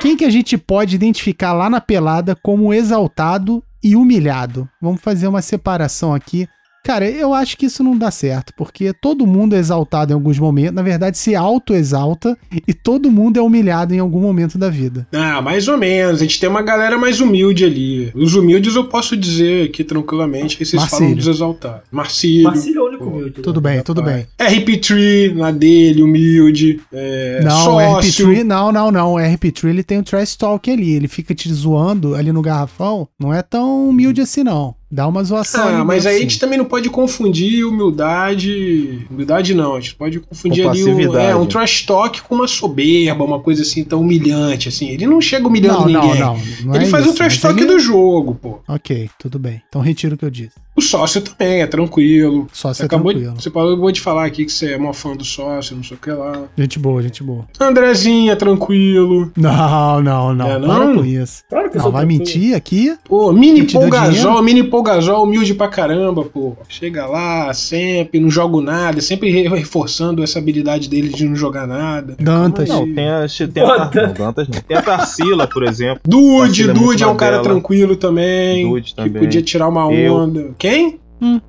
C: Quem que a gente pode identificar lá na pelada como um exaltado e humilhado? Vamos fazer uma separação aqui. Cara, eu acho que isso não dá certo, porque todo mundo é exaltado em alguns momentos, na verdade se auto-exalta e todo mundo é humilhado em algum momento da vida.
A: Ah, mais ou menos. A gente tem uma galera mais humilde ali. Os humildes eu posso dizer aqui tranquilamente que vocês falam
C: Marcílio.
A: dos exaltados. Marcílio.
F: Marcílio é o único humilde. né?
C: Tudo bem, tudo bem.
A: RP3 na dele, humilde. É,
C: Não, o
A: sócio.
C: RP3, não, não, não. O RP3 ele tem o trash talk ali, ele fica te zoando ali no garrafão, não é tão humilde assim não. Dá uma zoação
A: Ah,
C: ali
A: mas
C: mesmo,
A: aí a
C: sim.
A: gente também não pode confundir humildade. Humildade não, a gente pode confundir
D: Com
A: ali um,
D: passividade.
A: é, um trash talk com uma soberba, uma coisa assim tão humilhante, assim. Ele não chega humilhando
C: não, não,
A: ninguém.
C: não, não
A: ele
C: é
A: faz
C: isso,
A: o trash
C: mas
A: talk
C: ele-
A: do jogo, pô.
C: Ok, tudo bem. Então retiro o que eu disse.
A: O sócio também é tranquilo.
C: Só
A: Você
C: ser
A: acabou
C: é tranquilo.
A: de. Você acabou de falar aqui que você é uma fã do sócio, não sei o que lá.
C: Gente boa, gente boa.
A: Andrezinho é tranquilo.
C: Não, não, não.
A: É, não?
C: Para com isso.
F: Claro que eu
C: Não,
F: sou
C: vai
F: tranquilo.
C: mentir aqui?
A: Pô, mini
C: Quem te deu
A: polgazol,
C: dinheiro?
A: mini polgazol, humilde pra caramba, pô. Chega lá, sempre, não jogo nada, sempre re- reforçando essa habilidade dele de não jogar nada.
C: Dantas.
D: Não, tem a, tem a, Tar- não, Dantas não. Tem a Tarsila, por exemplo.
A: Dude,
D: Tarsila é muito
A: Dude é um
D: na
A: cara
D: dela.
A: tranquilo também.
D: Dude
A: que
D: também.
A: podia tirar uma
D: Eu.
A: onda. Quem?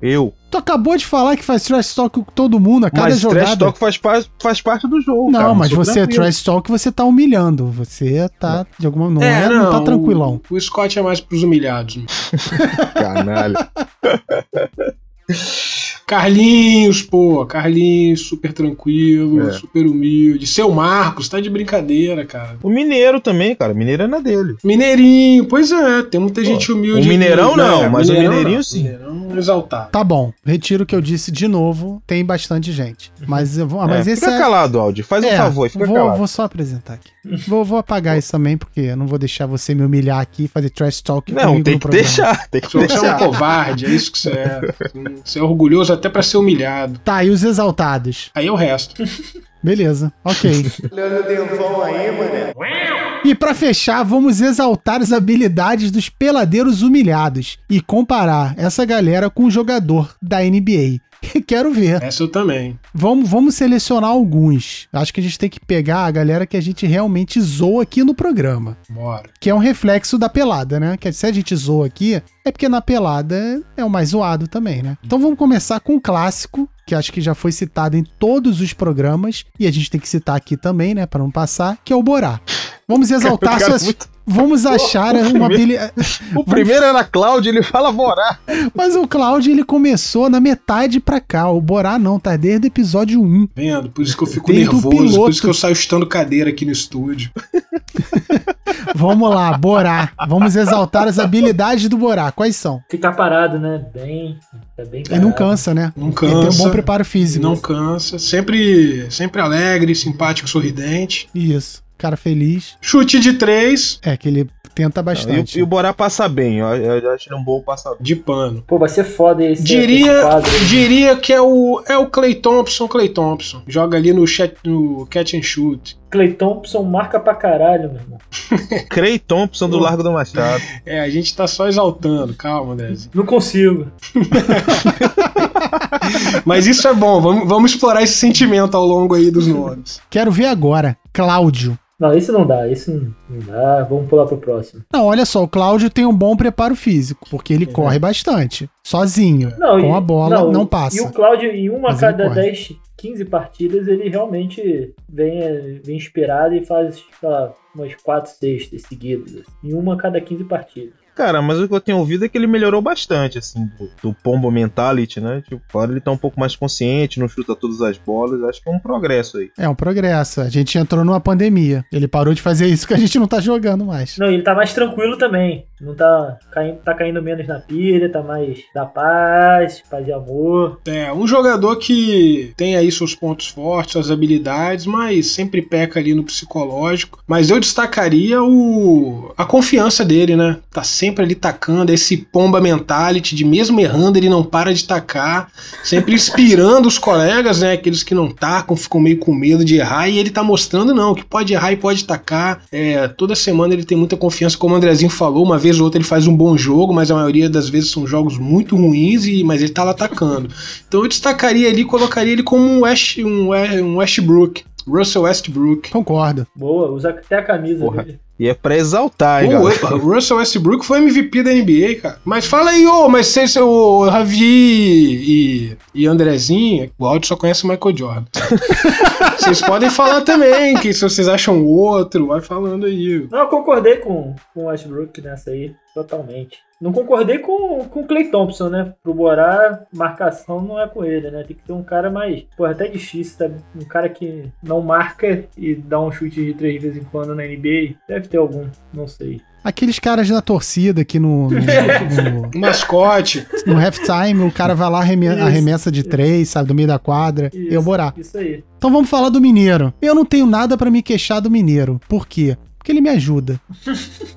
D: Eu.
C: Tu acabou de falar que faz trash talk com todo mundo a cada
D: mas
C: jogada.
D: trash talk faz, par- faz parte do jogo,
C: não,
D: cara.
C: mas
D: Sou
C: você é
D: tranquilo.
C: trash talk, você tá humilhando. Você tá de alguma não é, não, tá tranquilão.
A: O, o Scott é mais pros humilhados. né?
D: Canalha.
A: Carlinhos, pô, Carlinhos, super tranquilo,
D: É.
A: super humilde. Seu Marcos, tá de brincadeira, cara.
D: O mineiro também, cara. O mineiro é na dele.
A: Mineirinho, pois é, tem muita gente humilde.
D: o Mineirão
A: aqui,
D: não,
A: né?
D: mas o
A: Mineirão
D: Mineirinho
A: não.
D: sim.
A: Mineirão é um exaltado.
C: Tá bom, retiro o que eu disse de novo. Tem bastante gente. Mas eu vou, ah, mas
D: É,
C: esse
D: fica
C: é
D: calado, Aldi. Faz um
C: É,
D: favor, fica
C: vou,
D: calado.
C: vou só apresentar aqui. Vou, vou apagar isso também, porque eu não vou deixar você me humilhar aqui e fazer trash talk
D: Não,
C: comigo
D: tem
C: no
D: que
C: programa.
D: deixar. Tem que
A: Você é um
D: deixar.
A: covarde, é isso que você é. Assim, Você é orgulhoso até pra ser humilhado.
C: Tá, e os exaltados?
A: Aí é o resto.
C: Beleza, ok.
I: Olhando o Denfão um aí, mané.
C: E pra fechar, vamos exaltar as habilidades dos peladeiros humilhados e comparar essa galera com o jogador da NBA. Quero ver.
A: Essa eu
E: tá
A: também.
C: Vamos, vamos selecionar alguns. Acho que a gente tem que pegar a galera que a gente realmente zoa aqui no programa.
A: Bora.
C: Que é um reflexo da pelada, né? Que se a gente zoa aqui, é porque na pelada é o mais zoado também, né? Então vamos começar com o clássico, que acho que já foi citado em todos os programas, e a gente tem que citar aqui também, né? Pra não passar, que é o Borá. Vamos exaltar
D: Cara, é
C: suas.
D: muito-
C: Vamos achar uma habilidade.
D: O primeiro era Cláudio, ele fala morar.
C: Mas o Cláudio ele começou na metade pra cá. O Borá não, tá desde o episódio 1.
A: Vendo? Por isso que eu fico
C: Desde o
A: nervoso, por
C: piloto.
A: isso que eu saio estando cadeira aqui no estúdio.
C: Vamos lá, Borá. Vamos exaltar as habilidades do Borá. Quais são?
F: Ficar parado, né? Bem. Tá bem
C: E
F: parado.
C: não cansa, né?
A: Não
C: Ele tem um bom
A: cansa.
C: preparo físico.
A: Não cansa. Sempre, sempre alegre, simpático, sorridente.
C: Isso. Cara feliz.
A: Chute de três
C: É, que ele tenta bastante.
D: E, e o Borá passa bem, ó. Eu, acho ele um bom passador.
A: de pano.
F: Pô, vai ser foda esse, esse
A: Diria,
F: quadro.
A: diria que é o, é o Clay Thompson, Clay Thompson. Joga ali no, chat, no catch and shoot.
F: Clay Thompson marca pra caralho, meu irmão.
D: Cray Thompson do Largo do Machado.
A: É, a gente tá só exaltando, calma, Andrézinho.
F: Não consigo.
A: Mas isso é bom, vamos, vamos explorar esse sentimento ao longo aí dos nomes.
C: Quero ver agora. Cláudio.
F: Não, isso não dá, isso não, não dá. Vamos pular pro próximo.
C: Não, olha só, o Cláudio tem um bom preparo físico, porque ele corre bastante. Sozinho.
F: É. Não,
C: com
F: e-
C: a bola, não,
F: e-
C: passa.
F: E o Cláudio, em uma a
C: Mas ele
F: cada
C: corre.
F: 10, 15 partidas, ele realmente vem, eh, vem inspirado e faz, sei lá, umas 4 sextas seguidas. assim, Em uma a cada 15 partidas.
D: Cara, mas o que eu tenho ouvido é que ele melhorou bastante, assim, do, do pombo mentality, né? Tipo, agora ele tá um pouco mais consciente, não chuta todas as bolas. Acho que é um progresso aí.
C: É um progresso. A gente entrou numa pandemia. Ele parou de fazer isso porque a gente não tá jogando mais.
F: Não, ele tá mais tranquilo também. Não tá caindo, tá caindo menos na pilha, tá mais da paz, paz e amor.
E: É, um jogador que tem aí seus pontos fortes, suas habilidades, mas sempre peca ali no psicológico. Mas eu destacaria o a confiança dele, né? Tá sempre ali tacando, esse pomba mentality de mesmo errando ele não para de tacar, sempre inspirando os colegas, né? Aqueles que não tacam, ficam meio com medo de errar e ele tá mostrando não, que pode errar e pode tacar. É, toda semana ele tem muita confiança, como o Andrezinho falou, uma vez ou outra ele faz um bom jogo, mas a maioria das vezes são jogos muito ruins e mas ele tá lá atacando. Então eu destacaria ali, colocaria ele como um, West, um, We- um Westbrook. Russell Westbrook.
C: Concordo.
F: Boa, usa até a camisa
D: Porra.
F: dele.
D: E é pra exaltar, hein,
E: Pô,
D: galera?
E: o Russell Westbrook foi MVP da NBA, cara. Mas fala aí, ô, mas sei se o Javi e, e Andrezinho, o áudio só conhece o Michael Jordan. vocês podem falar também, que se vocês acham outro, vai falando aí.
F: Não, eu concordei com, com o Westbrook nessa aí, totalmente. Não concordei com, com o Clay Thompson, né? Pro Borá, marcação não é com ele, né? Tem que ter um cara mais. Porra, até difícil, sabe? Um cara que não marca e dá um chute de três vezes em quando na NBA. Deve ter algum, não sei.
C: Aqueles caras na torcida que no, no, no,
E: Mascote.
C: no halftime o cara vai lá arreme-
F: Isso.
C: arremessa de três, sabe, do meio da quadra.
F: Isso,
C: Eu morar.
F: Isso aí.
C: Então vamos falar do Mineiro. Eu não tenho nada pra me queixar do Mineiro. Por quê? Porque ele me ajuda.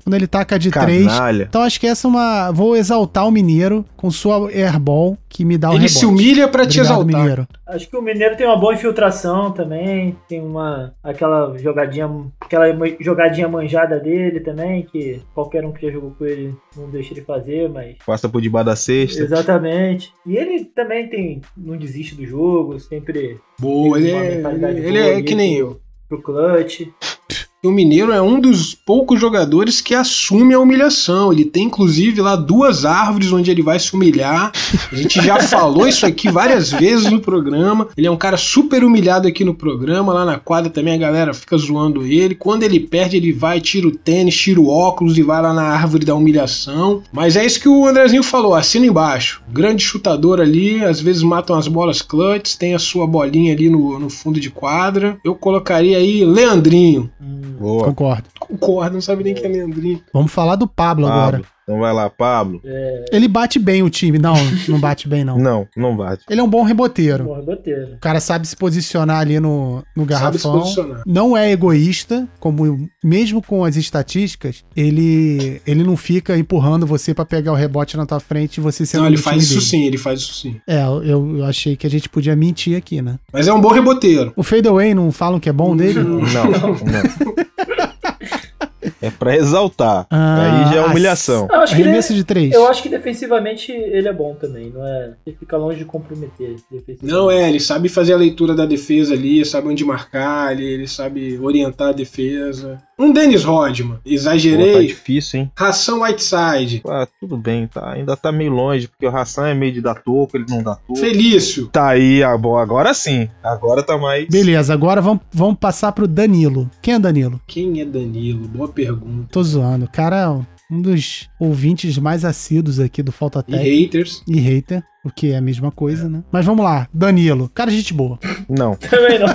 C: Quando ele taca de três.
D: Canalha.
C: Então acho que essa é uma. Vou exaltar o Mineiro com sua airball que me dá o
E: Ele
C: É um rebote.
E: se humilha pra te
C: Obrigado,
E: exaltar.
C: Mineiro.
F: Acho que o Mineiro tem uma boa infiltração também, tem uma aquela jogadinha, aquela ma- jogadinha manjada dele também, que qualquer um que já jogou com ele não deixa ele fazer, mas
D: Passa por debaixo da cesta.
F: exatamente. E ele também tem não desiste do jogo, sempre
E: Boa, ele
F: Tem uma
E: é,
F: mentalidade
E: ele
F: boa
E: é
F: ali,
E: que nem
F: que-
E: eu.
F: pro clutch.
E: E o Mineiro é um dos poucos jogadores que assume a humilhação. Ele tem, inclusive, lá duas árvores onde ele vai se humilhar. A gente já falou isso aqui várias vezes no programa. Ele é um cara super humilhado aqui no programa. Lá na quadra também a galera fica zoando ele. Quando ele perde, ele vai, tira o tênis, tira o óculos e vai lá na árvore da humilhação. Mas é isso que o Andrezinho falou, assina embaixo. Grande chutador ali, às vezes matam as bolas clutch, tem a sua bolinha ali no, no fundo de quadra. Eu colocaria aí Leandrinho.
F: Hum,
D: Boa.
C: Concordo.
E: Concordo, não sabe nem quem é Leandrinho.
C: Vamos falar do Pablo agora.
D: Pablo. Então vai lá, Pablo.
F: É,
C: Ele bate bem o time. Não, não bate bem, não.
D: Não, não bate.
C: Ele é um bom reboteiro.
F: bom reboteiro.
C: O cara sabe se posicionar ali no, no
E: Sabe se
C: garrafão.
E: posicionar.
C: não é egoísta, como mesmo com as estatísticas, ele ele não fica empurrando você pra pegar o rebote na tua frente e você sendo
E: Não, ele
C: do
E: faz
C: time
E: isso
C: dele.
E: sim, ele faz isso sim.
C: É, eu, eu achei que a gente podia mentir aqui, né?
E: Mas é um bom reboteiro.
C: O fadeaway não falam que é bom
F: Uhum.
C: dele?
D: Não, não. É pra exaltar.
C: Ah,
D: Aí já é
C: ass-
D: humilhação.
F: Eu acho que ele, é-
C: Arremesso de três.
F: eu acho que defensivamente ele é bom também, não é? Ele fica longe de comprometer defensivamente.
E: Não é, ele sabe fazer a leitura da defesa ali, sabe onde marcar, ele, ele sabe orientar a defesa. Um Dennis Rodman,
D: Pô, tá
E: exagerei.
D: difícil, hein?
E: Ração Whiteside,
D: Ah, tudo bem, tá. Ainda tá meio longe, porque o Hassan é meio de dar toco, ele não dá toco.
E: Felício.
D: Tá aí, ah, bom, agora sim. Agora tá mais.
C: Beleza, agora vamos, vamos passar pro Danilo. Quem é Danilo?
E: Quem é Danilo? Boa pergunta.
C: Tô zoando. O cara é um dos ouvintes mais assíduos aqui do Falta
D: Tá
E: E
C: Tech.
E: haters?
C: E hater, o que é a mesma coisa, né? Mas vamos lá, Danilo. Cara, gente boa.
D: Não,
F: Também não.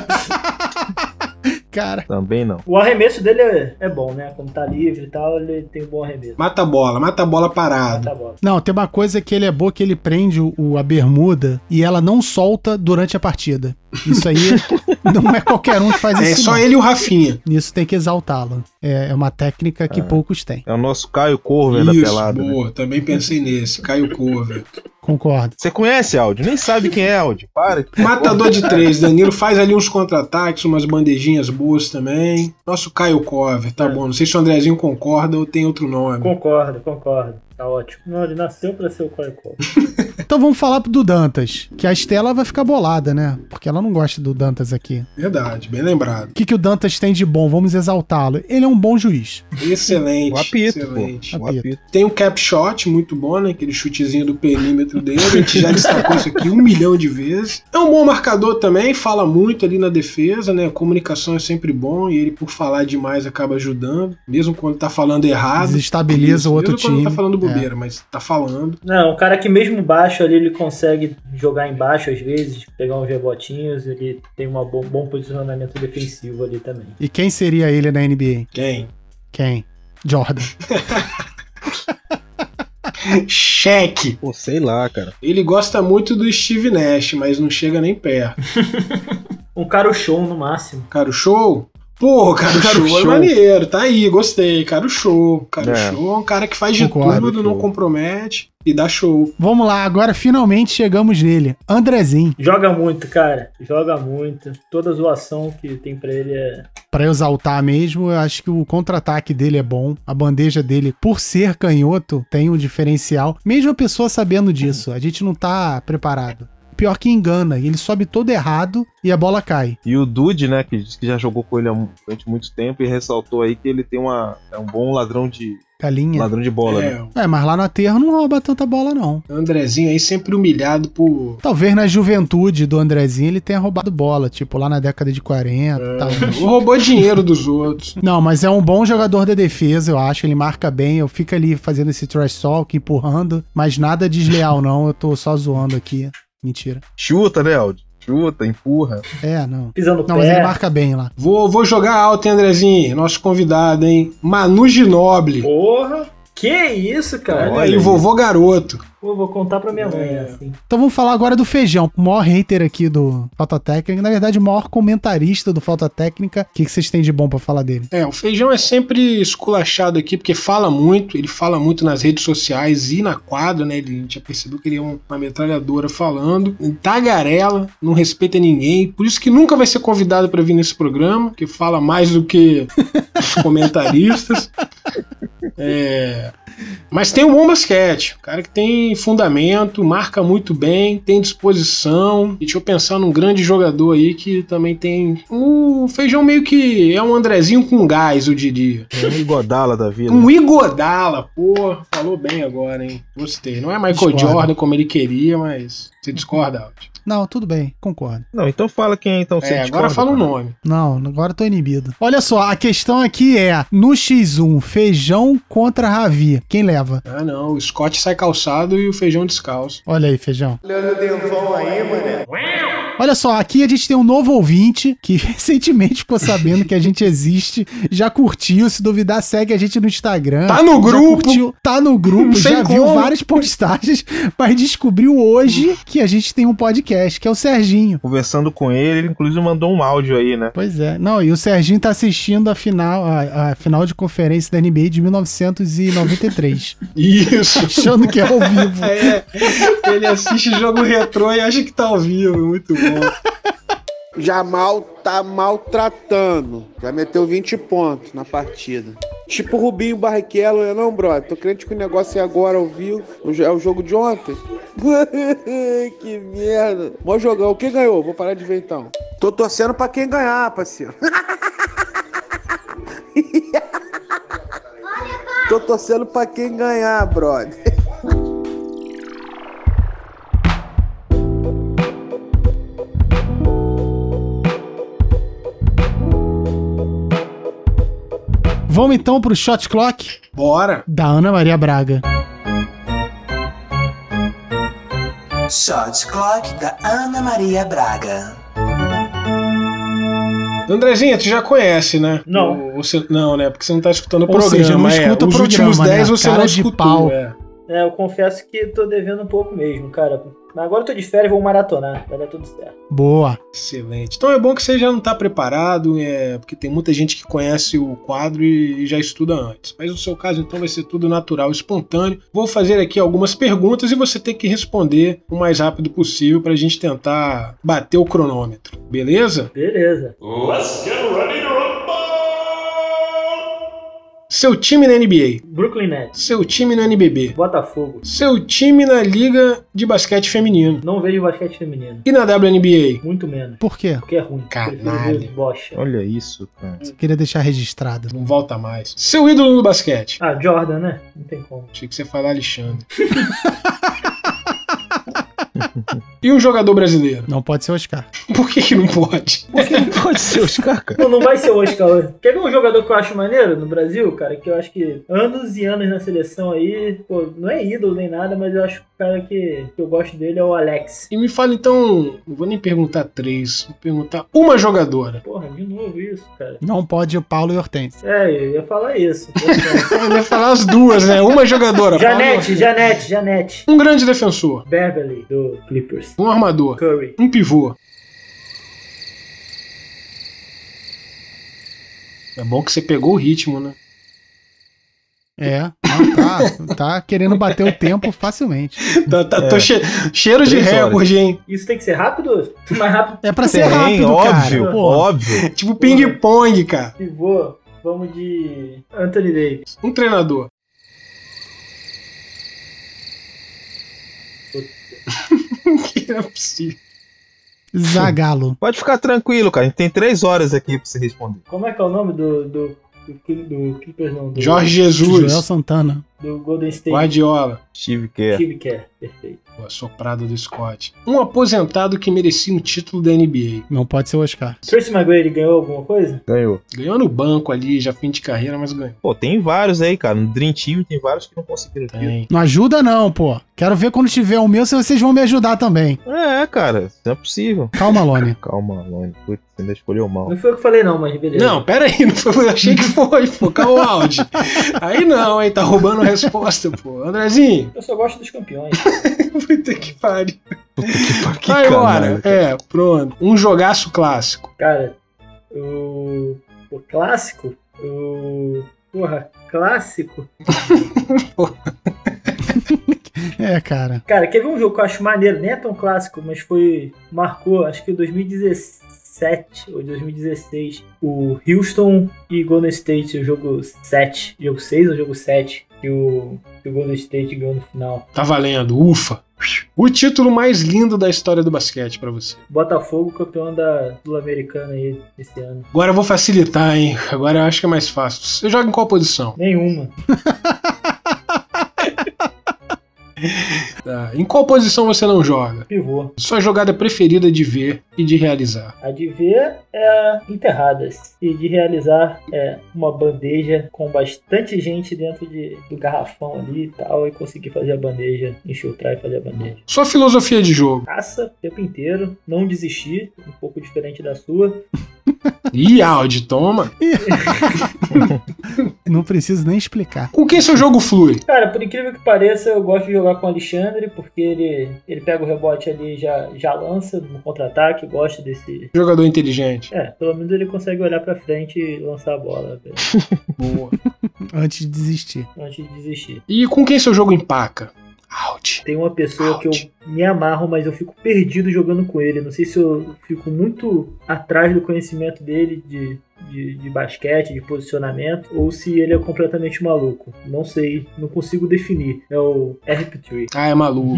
C: Cara,
D: também não.
F: O arremesso dele é, é bom, né? Quando tá livre e tal, ele tem um bom arremesso.
E: Mata a bola, mata a bola parado.
F: Tá bom.
C: Não, tem uma coisa que ele é boa que ele prende o- o, a bermuda e ela não solta durante a partida. Isso aí não é qualquer um que faz
E: É
C: isso.
E: só
C: não.
E: ele e o Rafinha.
C: Isso tem que exaltá-lo. É, é uma técnica
E: Ah.
C: que poucos têm.
D: É o nosso Caio Corver da
E: Isso,
D: pelada. né?
E: boa. Também pensei nesse. Caio Cover.
C: Concordo.
D: Você conhece Aldi? Nem sabe quem é Aldi. Para.
E: Matador de três, Danilo faz ali uns contra-ataques, umas bandejinhas boas também. Nosso Caio Cover, tá
F: É.
E: bom. Não sei se o Andrezinho concorda ou tem outro nome.
F: Concordo, concordo. Tá ótimo. Não, ele nasceu pra ser o Coricó.
C: Então vamos falar do Dantas, que a Estela vai ficar bolada, né? Porque ela não gosta do Dantas aqui.
E: Verdade, bem lembrado.
C: O que, que o Dantas tem de bom? Vamos exaltá-lo. Ele é um bom juiz.
E: Excelente.
D: O apito,
E: excelente.
D: pô. O
C: Apito.
D: apito.
E: Tem o cap shot, muito bom, né? Aquele chutezinho do perímetro dele. A gente já destacou isso aqui um milhão de vezes. É um bom marcador também, fala muito ali na defesa, né? A comunicação é sempre bom e ele, por falar demais, acaba ajudando. Mesmo quando tá falando errado.
C: Desestabiliza o outro
E: mesmo quando
C: time. É.
E: tá falando bobeira, mas tá falando.
F: Não, o cara que mesmo baixo ali, ele consegue jogar embaixo às vezes, pegar uns rebotinhos, ele tem um bom, bom posicionamento defensivo ali também.
C: E quem seria ele na NBA?
E: Quem?
C: Quem? Jordan.
E: Cheque!
D: Pô, sei lá, cara.
E: Ele gosta muito do Steve Nash, mas não chega nem perto.
F: Um cara show no máximo.
E: Cara, o show? Pô, cara, o
D: Cara,
E: show,
D: o
E: é
D: show.
E: maneiro, tá aí, gostei. Cara, o show. Cara, o
D: É.
E: show é um cara que faz de
C: Concordo,
E: tudo, não
D: show.
E: compromete e dá show.
C: Vamos lá, agora finalmente chegamos nele. Andrezinho.
F: Joga muito, cara. Joga muito. Toda zoação que tem pra ele é.
C: Pra exaltar mesmo, eu acho que o contra-ataque dele é bom. A bandeja dele, por ser canhoto, tem um diferencial. Mesmo a pessoa sabendo disso, a gente não tá preparado. Pior que engana, ele sobe todo errado e a bola cai.
D: E o Dude, né, que diz que já jogou com ele há mu- durante muito tempo e ressaltou aí que ele tem uma, é um bom ladrão de
C: Galinha.
D: ladrão de bola, né?
E: É, o
C: É, mas lá no aterro não rouba tanta bola, não.
E: Andrezinho aí sempre humilhado por.
C: Talvez na juventude do Andrezinho ele tenha roubado bola, tipo lá na década de 40 e tal. né?
E: Ou roubou dinheiro dos outros.
C: Não, mas é um bom jogador da defesa, eu acho. Ele marca bem, eu fico ali fazendo esse trash talk, empurrando, mas nada desleal, não. Eu tô só zoando aqui. Mentira.
D: Chuta, né, Aldi? Chuta, empurra.
C: É, não.
F: Pisando o
C: Não, mas ele
F: pé.
C: marca bem lá.
E: Vou, vou jogar alto, hein, Andrezinho? Nosso convidado, hein? Manu Ginoble.
F: Porra! Que isso, cara?
D: Olha
E: Olha aí,
D: aí.
E: vovô garoto.
F: Pô, vou contar pra minha mãe,
E: É.
F: assim.
C: Então vamos falar agora do Feijão, o maior hater aqui do Falta Técnica. Na verdade, o maior comentarista do Falta Técnica. O que que vocês têm de bom pra falar dele?
E: É, o feijão é sempre esculachado aqui, porque fala muito, ele fala muito nas redes sociais e na quadra, né? Ele a gente já percebeu que ele é um- uma metralhadora falando, um tagarela, não respeita ninguém, por isso que nunca vai ser convidado pra vir nesse programa, que fala mais do que os comentaristas. É, Mas tem um bom basquete, um cara que tem fundamento, marca muito bem, tem disposição. E deixa eu pensar num grande jogador aí que também tem. O feijão meio que é um Andrezinho com gás, eu diria.
D: É um Godala da vida.
E: Um Igodala, pô, falou bem agora, hein? Gostei. Não é Michael
C: Discordo.
E: Jordan como ele queria, mas. Você discorda, Aldi?
C: Não, tudo bem, concordo.
D: Não, então fala quem é, então você
E: É, agora
D: discorda,
E: fala o
D: cara.
E: nome.
C: Não, agora eu tô inibido. Olha só, a questão aqui é: no X1, Feijão contra Ravi. Quem leva?
E: Ah, não. O Scott sai calçado e o feijão descalço.
C: Olha aí, Feijão.
H: Olha o Denfão aí, mané.
C: Olha só, aqui a gente tem um novo ouvinte que recentemente ficou sabendo que a gente existe, já curtiu, se duvidar, segue a gente no Instagram.
E: Tá no
C: Já
E: grupo.
C: curtiu, tá no
E: Não
C: grupo,
E: sei
C: já viu
E: como.
C: várias postagens, mas descobriu hoje que a gente tem um podcast, que é o Serginho.
D: Conversando com ele, ele inclusive mandou um áudio aí, né?
C: Pois é. Não, e o Serginho tá assistindo a final, a, a final de conferência da NBA de 1993,
E: Isso.
C: achando que é ao vivo.
E: É, ele assiste jogo retrô e acha que tá ao vivo, muito bom.
J: Jamal tá maltratando. Já meteu 20 pontos na partida. Tipo Rubinho Barrichello, eu não, brother. Tô crente que o negócio é agora, ouviu? O jo- É o jogo de ontem? que merda. Mó jogão. Quem ganhou? Vou parar de ver então. Tô torcendo pra quem ganhar, parceiro. Tô torcendo pra quem ganhar, brother.
C: Vamos então pro shot clock
E: Bora.
C: da Ana Maria Braga.
K: Shots Clock da Ana Maria Braga.
E: Andrezinha, tu já conhece, né?
F: Não.
E: Ou Você, não, né? Porque você não tá escutando o
C: Ou
E: programa.
C: seja, não
E: é.
C: escuta o
E: Os
C: programa,
E: últimos
C: né?
E: 10 você
C: Cara
E: não
C: de
E: escutou.
C: pau.
E: é.
F: É, eu confesso que tô devendo um pouco mesmo, cara. Mas agora eu tô de férias, vou maratonar. Vai dar tudo certo.
C: Boa.
E: Excelente. Então é bom que você já não tá preparado, é, porque tem muita gente que conhece o quadro e, e já estuda antes. Mas no seu caso, então, vai ser tudo natural, espontâneo. Vou fazer aqui algumas perguntas e você tem que responder o mais rápido possível pra gente tentar bater o cronômetro. Beleza?
F: Beleza.
G: Let's get ready to rumble!
A: Seu time na NBA.
F: Brooklyn Nets.
A: Seu time no NBB.
F: Botafogo.
A: Seu time na Liga de Basquete Feminino.
F: Não vejo basquete feminino.
A: E na WNBA?
F: Muito menos.
C: Por quê?
F: Porque é ruim.
A: Caralho.
F: Prefiro ver bocha.
D: Olha isso, cara.
C: Queria deixar registrado. né?
A: Não volta mais. Seu ídolo no basquete?
F: Ah, Jordan, né? Não tem como.
A: Achei que você ia falar Alexandre. e um jogador brasileiro?
C: Não pode ser Oscar.
A: Por que, que não pode?
D: Pode ser os caras.
F: Não, não vai ser hoje, cara. Quer ver um jogador que eu acho maneiro no Brasil, cara? Que eu acho que anos e anos na seleção aí, pô, não é ídolo nem nada, mas eu acho que o cara que, que eu gosto dele é o Alex.
A: E me fala então, não vou nem perguntar três, vou perguntar uma jogadora.
F: Porra, de novo isso, cara.
C: Não pode o Paulo e Hortense.
F: É, eu ia falar isso.
A: Eu ia falar as duas, né? Uma jogadora.
F: Janete, Janete, Janete.
A: Um grande defensor,
F: Beverly, do Clippers.
A: um armador,
F: Curry.
A: um pivô. É bom que você pegou o ritmo, né?
C: É. Não, tá, tá querendo bater o tempo facilmente.
A: Tá, tá, Tô
D: É.
A: che- cheiro de
D: Três horas.
A: recorde, hein?
F: Isso tem que ser rápido? Mais rápido
C: É pra ser
D: Tem,
C: rápido,
D: óbvio,
C: cara. Pô,
D: óbvio.
A: Tipo ping-pong, cara.
F: que voa. Vamos de Anthony Davis.
A: Um treinador. que não é possível.
C: Zagalo.
D: Pode ficar tranquilo, cara. A gente tem três horas aqui pra você responder.
F: Como é que é o nome do. do, do, Cl- do Clippers não? Do,
A: Jorge
C: Joel
A: Jesus.
C: Santana.
F: Do Golden State.
A: Guardiola.
D: Steve Kerr.
F: Steve Kerr. Perfeito.
A: O soprado do Scott. Um aposentado que merecia um título da NBA.
C: Não pode ser o Oscar.
F: Tracy McGrady ganhou alguma coisa?
D: Ganhou.
A: Ganhou no banco ali, já fim de carreira, mas ganhou.
D: Pô, tem vários aí, cara. No Dream Team tem vários que não conseguiram. título.
A: Tem.
C: Não ajuda, não, pô. Quero ver quando tiver o meu se vocês vão me ajudar também.
D: É, cara. Não é possível.
C: Calma, Lone.
D: Calma, Lone. Putz, você ainda escolheu mal.
F: Não foi eu que falei, não, mas beleza.
A: Não, pera aí, não foi, eu achei que foi, pô, calma o áudio. Aí não, aí tá roubando a resposta, pô. Andrezinho,
F: Eu só gosto dos campeões.
A: puta que pariu.
D: Que
A: Vai embora,
D: canalha, cara.
A: é, pronto. Um jogaço clássico.
F: Cara, o. O clássico? O. Porra, clássico?
C: É, cara.
F: Cara, quer ver um jogo que eu acho maneiro? Nem é tão clássico, mas foi. Marcou, acho que 2017 ou 2016. O Houston e Golden State, o jogo 7. Jogo 6 ou jogo 7? Que o, que o Golden State ganhou no final.
A: Tá valendo, ufa. O título mais lindo da história do basquete pra você.
F: Botafogo, campeão da Sul-Americana aí esse ano.
A: Agora eu vou facilitar, hein? Agora eu acho que é mais fácil. Você joga em qual posição?
F: Nenhuma.
A: Tá. Em qual posição você não joga?
F: Pivô.
A: Sua jogada preferida de ver e de realizar.
F: A de ver é enterradas e de realizar é uma bandeja com bastante gente dentro de, do garrafão ali e tal e conseguir fazer a bandeja, infiltrar e fazer a bandeja.
A: Sua filosofia de jogo.
F: Caça o tempo inteiro, não desistir, um pouco diferente da sua.
A: Ih, Audi, toma.
C: Não preciso nem explicar.
A: Com quem seu jogo flui?
F: Cara, por incrível que pareça, eu gosto de jogar com o Alexandre porque ele, ele pega o rebote ali e já, já lança no contra-ataque, gosto desse...
A: Jogador inteligente.
F: É, pelo menos ele consegue olhar pra frente e lançar a bola velho,
A: Boa.
C: Antes de desistir.
F: antes de desistir.
A: E com quem seu jogo empaca? Audi.
F: Tem uma pessoa que eu me amarro, mas eu fico perdido jogando com ele. Não sei se eu fico muito atrás do conhecimento dele de, de, de basquete, de posicionamento, ou se ele é completamente maluco. Não sei, não consigo definir. É o RP3.
A: Ah, é maluco.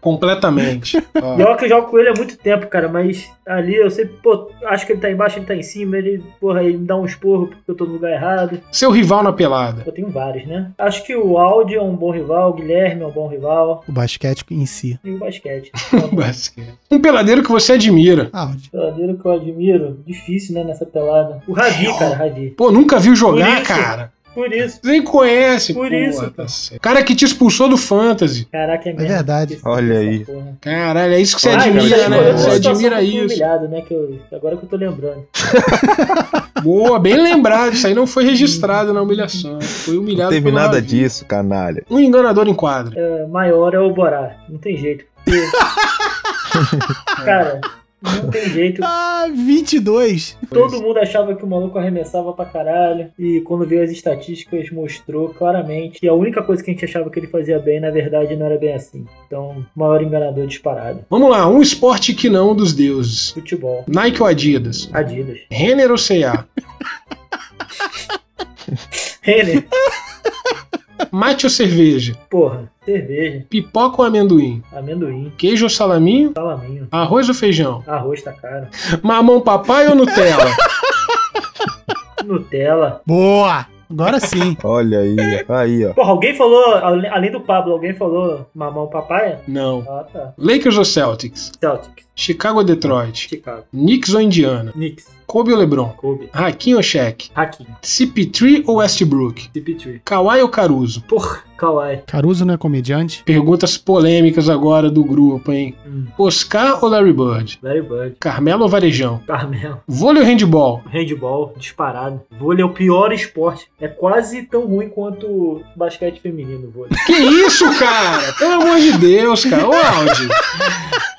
A: Completamente. Ó.
F: E olha que eu jogo com ele há muito tempo, cara, mas ali eu sempre, pô, acho que ele tá embaixo, ele tá em cima, ele, porra, ele me dá um esporro porque eu tô no lugar errado.
A: Seu rival na pelada.
F: Eu tenho vários, né? Acho que o Audi é um bom rival, o Guilherme é um bom rival,
C: O basquete em si.
F: e o basquete. É
A: Basquete. Um peladeiro que você admira.
C: Audi.
F: Peladeiro que eu admiro, difícil, né, nessa pelada. O Ravi, cara, Ravi.
A: Pô, nunca viu jogar,
F: Por isso.
A: cara.
F: Por isso.
A: Nem conhece,
F: Por
A: pô,
F: isso,
A: tá
F: cara.
A: certo. Cara que te expulsou do fantasy.
F: Caraca, é mesmo.
C: verdade.
F: Essa-
D: Olha
F: essa
D: aí.
F: porra.
A: Caralho, é isso que você
D: Ah,
F: Ah,
D: admira,
F: isso aí
A: admira,
F: foi
A: né?
D: cara,
F: outra
A: Você
F: situação que eu
A: admira
F: fui
A: isso.
F: humilhado, né, que eu- agora que eu tô lembrando.
A: Boa, bem lembrado. Isso aí não foi registrado na humilhação. Foi
D: Não
A: humilhado
D: teve
A: pelo
D: nada
A: Ravi.
D: disso, canalha.
A: Um enganador em quadra.
F: É, maior é o Borá. Não tem jeito. porque- cara, não tem jeito.
C: Ah, 22.
F: Todo mundo achava que o maluco arremessava pra caralho. E quando veio as estatísticas, mostrou claramente que a única coisa que a gente achava que ele fazia bem, na verdade, não era bem assim. Então, maior enganador disparado.
A: Vamos lá, um esporte que não dos deuses.
F: Futebol.
A: Nike ou Adidas?
F: Adidas.
A: Renner ou C&A?
F: Renner.
A: Mate ou cerveja?
F: Porra, cerveja,
A: Pipoca ou amendoim?
F: amendoim,
A: Queijo ou salaminho?
F: salaminho,
A: Arroz ou feijão?
F: arroz tá caro,
A: Mamão papai ou Nutella?
F: Nutella.
C: Boa! Agora sim.
D: Olha aí, aí, ó.
F: Porra, alguém falou, ale- além do Pablo, alguém falou mamão papaya?
A: Não.
F: Ah, tá.
A: Lakers ou Celtics?
F: Celtic,
A: Chicago ou Detroit?
F: Chicago,
A: Knicks ou Indiana?
F: Knicks,
A: Kobe ou LeBron?
F: Kobe,
A: Hakim ou Shaq?
F: Hakim,
A: CP3 ou Westbrook?
F: CP3.
A: Kawhi ou Caruso?
F: Porra, Kawhi,
C: Caruso não é comediante?
A: Perguntas polêmicas agora do grupo, hein?
F: hum,
A: Oscar ou Larry Bird?
F: Larry Bird,
A: Carmelo ou Varejão?
F: Carmelo,
A: Vôlei ou handball?
F: handball, disparado. Vôlei é o pior esporte. É quase tão ruim quanto basquete feminino, vôlei.
A: Que isso, cara? Pelo amor de Deus, cara. Ô, Aldi.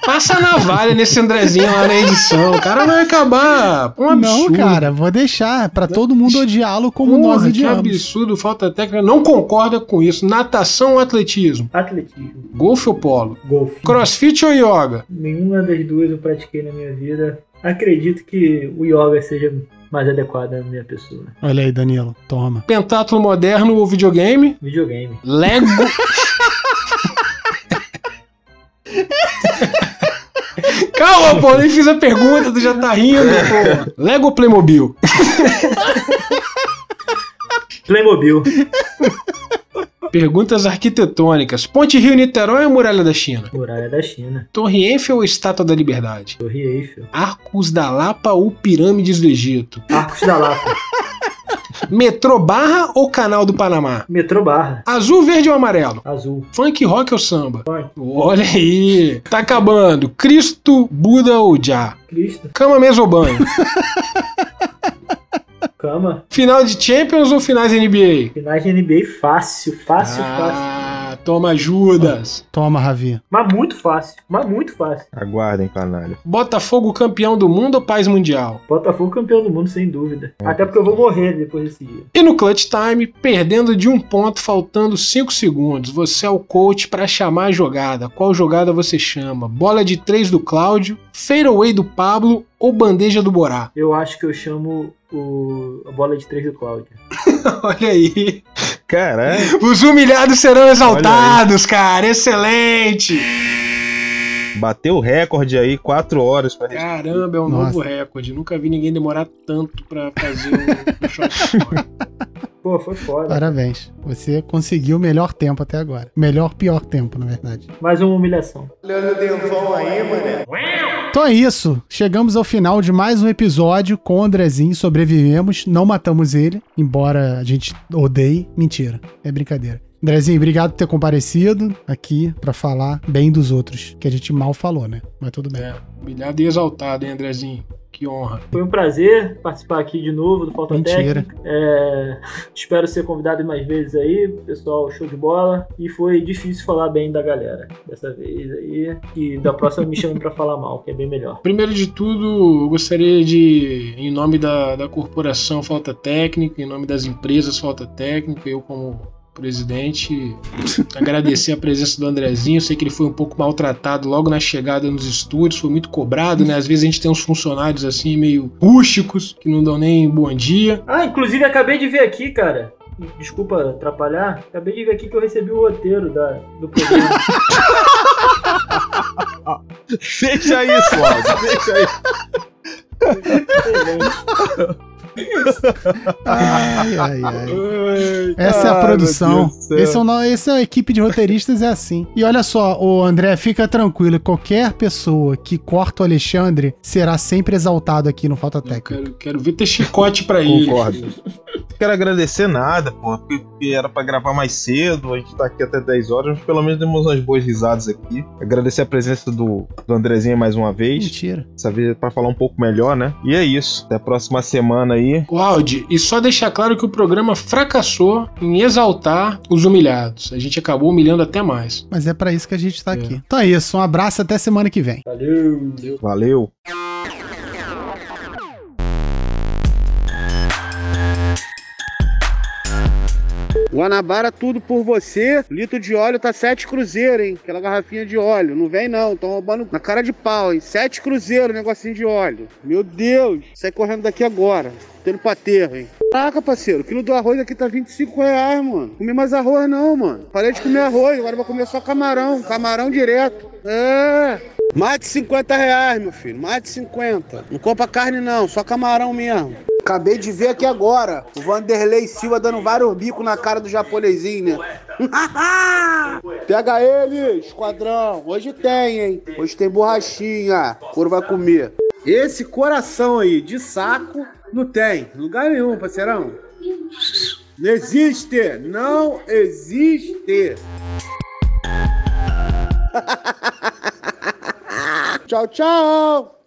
A: Passa a navalha nesse Andrezinho lá na edição. O cara vai acabar. Um absurdo.
C: Não, cara, vou deixar pra todo mundo odiá-lo como
A: Porra,
C: nós
A: que
C: odiamos.
A: absurdo, falta técnica. Não concorda com isso. Natação ou atletismo?
F: Atletismo,
A: Golfe ou polo?
C: Hum.
F: golfe.
A: Crossfit ou yoga?
F: Nenhuma das duas eu pratiquei na minha vida. Acredito que o yoga seja mais adequado à minha pessoa.
C: Olha aí, Danilo, toma.
A: Pentátulo moderno ou videogame?
F: Videogame.
A: Lego. Calma, pô, nem fiz a pergunta, tu já tá rindo, pô. Lego ou Playmobil?
F: Playmobil.
A: Perguntas arquitetônicas. Ponte Rio Niterói ou Muralha da China?
F: Muralha da China.
A: Torre Eiffel ou Estátua da Liberdade?
F: Torre Eiffel.
A: Arcos da Lapa ou Pirâmides do Egito?
F: Arcos da Lapa.
A: Metrô Barra ou Canal do Panamá?
F: Metrô Barra.
A: Azul, verde ou amarelo?
F: Azul.
A: Funk, rock ou samba?
F: Funk.
A: Olha aí. Tá acabando. Cristo, Buda ou Já?
F: Cristo.
A: Cama, mesa ou banho?
F: Cama.
A: Final de Champions ou finais NBA?
F: Finais de NBA fácil. Fácil, fácil.
A: Ah, toma Judas.
C: Toma, Ravi.
F: Mas muito fácil. Mas muito fácil.
D: Aguardem, canalha.
A: Botafogo campeão do mundo ou paz mundial?
F: Botafogo campeão do mundo, sem dúvida. Até porque eu vou morrer depois desse dia.
A: E no clutch time, perdendo de um ponto, faltando 5 segundos. Você é o coach pra chamar a jogada. Qual jogada você chama? Bola de 3 do Cláudio, fadeaway do Pablo ou bandeja do Borá?
F: Eu acho que eu chamo o... a bola de três do Cláudio.
A: Olha aí.
D: Caralho,
A: Os humilhados serão exaltados, cara. Excelente.
D: bateu o recorde aí, 4 horas pra responder.
A: Caramba, é um
C: Nossa.
A: novo recorde. Nunca vi ninguém demorar tanto pra fazer um, um shot.
F: Pô, foi foda.
C: Parabéns. Você conseguiu o melhor tempo até agora. Melhor, pior tempo, na verdade.
F: Mais uma humilhação.
J: Olhando o Denfão aí, mané.
C: Então é isso. Chegamos ao final de mais um episódio com o Andrezinho. Sobrevivemos, não matamos ele, embora a gente odeie. Mentira, é brincadeira. Andrezinho, obrigado por ter comparecido aqui pra falar bem dos outros, que a gente mal falou, né? Mas tudo bem.
A: É, humilhado e exaltado, hein, Andrezinho? Que honra.
F: Foi um prazer participar aqui de novo do Falta
C: Mentira.
F: Técnica. É, espero ser convidado mais vezes aí, pessoal, show de bola. E foi difícil falar bem da galera dessa vez aí. E da próxima me chamam pra falar mal, que é bem melhor.
A: Primeiro de tudo, eu gostaria de, em nome da, da corporação Falta Técnica, em nome das empresas Falta Técnica, eu como presidente, agradecer a presença do Andrezinho. Sei que ele foi um pouco maltratado logo na chegada nos estúdios, foi muito cobrado, né? Às vezes a gente tem uns funcionários assim, meio rústicos, que não dão nem bom dia.
F: Ah, inclusive acabei de ver aqui, cara. Desculpa atrapalhar. Acabei de ver aqui que eu recebi o roteiro da, do programa.
D: Deixa isso, Aldo, deixa isso.
F: Excelente.
C: Ai, ai, ai.
D: Ai,
C: Essa é a
D: meu
C: produção.
D: Deus do céu.
C: Esse é o, no- essa é a equipe de roteiristas é assim. E olha só, o André, fica tranquilo. Qualquer pessoa que corta o Alexandre será sempre exaltado aqui no Falta
A: Eu
C: Técnica.
A: quero, quero ver ter chicote pra ele.
D: Concordo. Não quero agradecer nada, pô, porque porque era pra gravar mais cedo, a gente tá aqui até 10 horas, mas pelo menos demos umas boas risadas aqui. Agradecer a presença do, do Andrezinho mais uma vez,
C: Mentira.
D: dessa vez é pra falar um pouco melhor, né? E é isso, até a próxima semana aí.
A: O Aldi, e só deixar claro que o programa fracassou em exaltar os humilhados. A gente acabou humilhando até mais.
C: Mas é pra isso que a gente tá aqui. Então é isso. Um abraço até semana que vem.
F: Valeu.
D: Valeu!
J: Guanabara, tudo por você. Litro de óleo tá sete cruzeiro, hein? Aquela garrafinha de óleo. Não vem não, tão roubando na cara de pau, hein? Sete cruzeiro, negocinho de óleo. Meu Deus, sai correndo daqui agora. Tendo pra terra, hein? Caraca, parceiro, o quilo do arroz aqui tá 25 reais, mano. Comi mais arroz não, mano. Parei de comer arroz, agora vou comer só camarão. Camarão direto. É. Mais de 50 reais, meu filho. Mais de 50. Não compra carne não, só camarão mesmo. Acabei de ver aqui agora o Vanderlei Silva dando vários bicos na cara do japonesinho, né? Pega ele, esquadrão. Hoje tem, hein? Hoje tem borrachinha. Couro vai comer. Esse coração aí de saco não tem. Lugar nenhum, parceirão. Não existe. Não existe. tchau, tchau.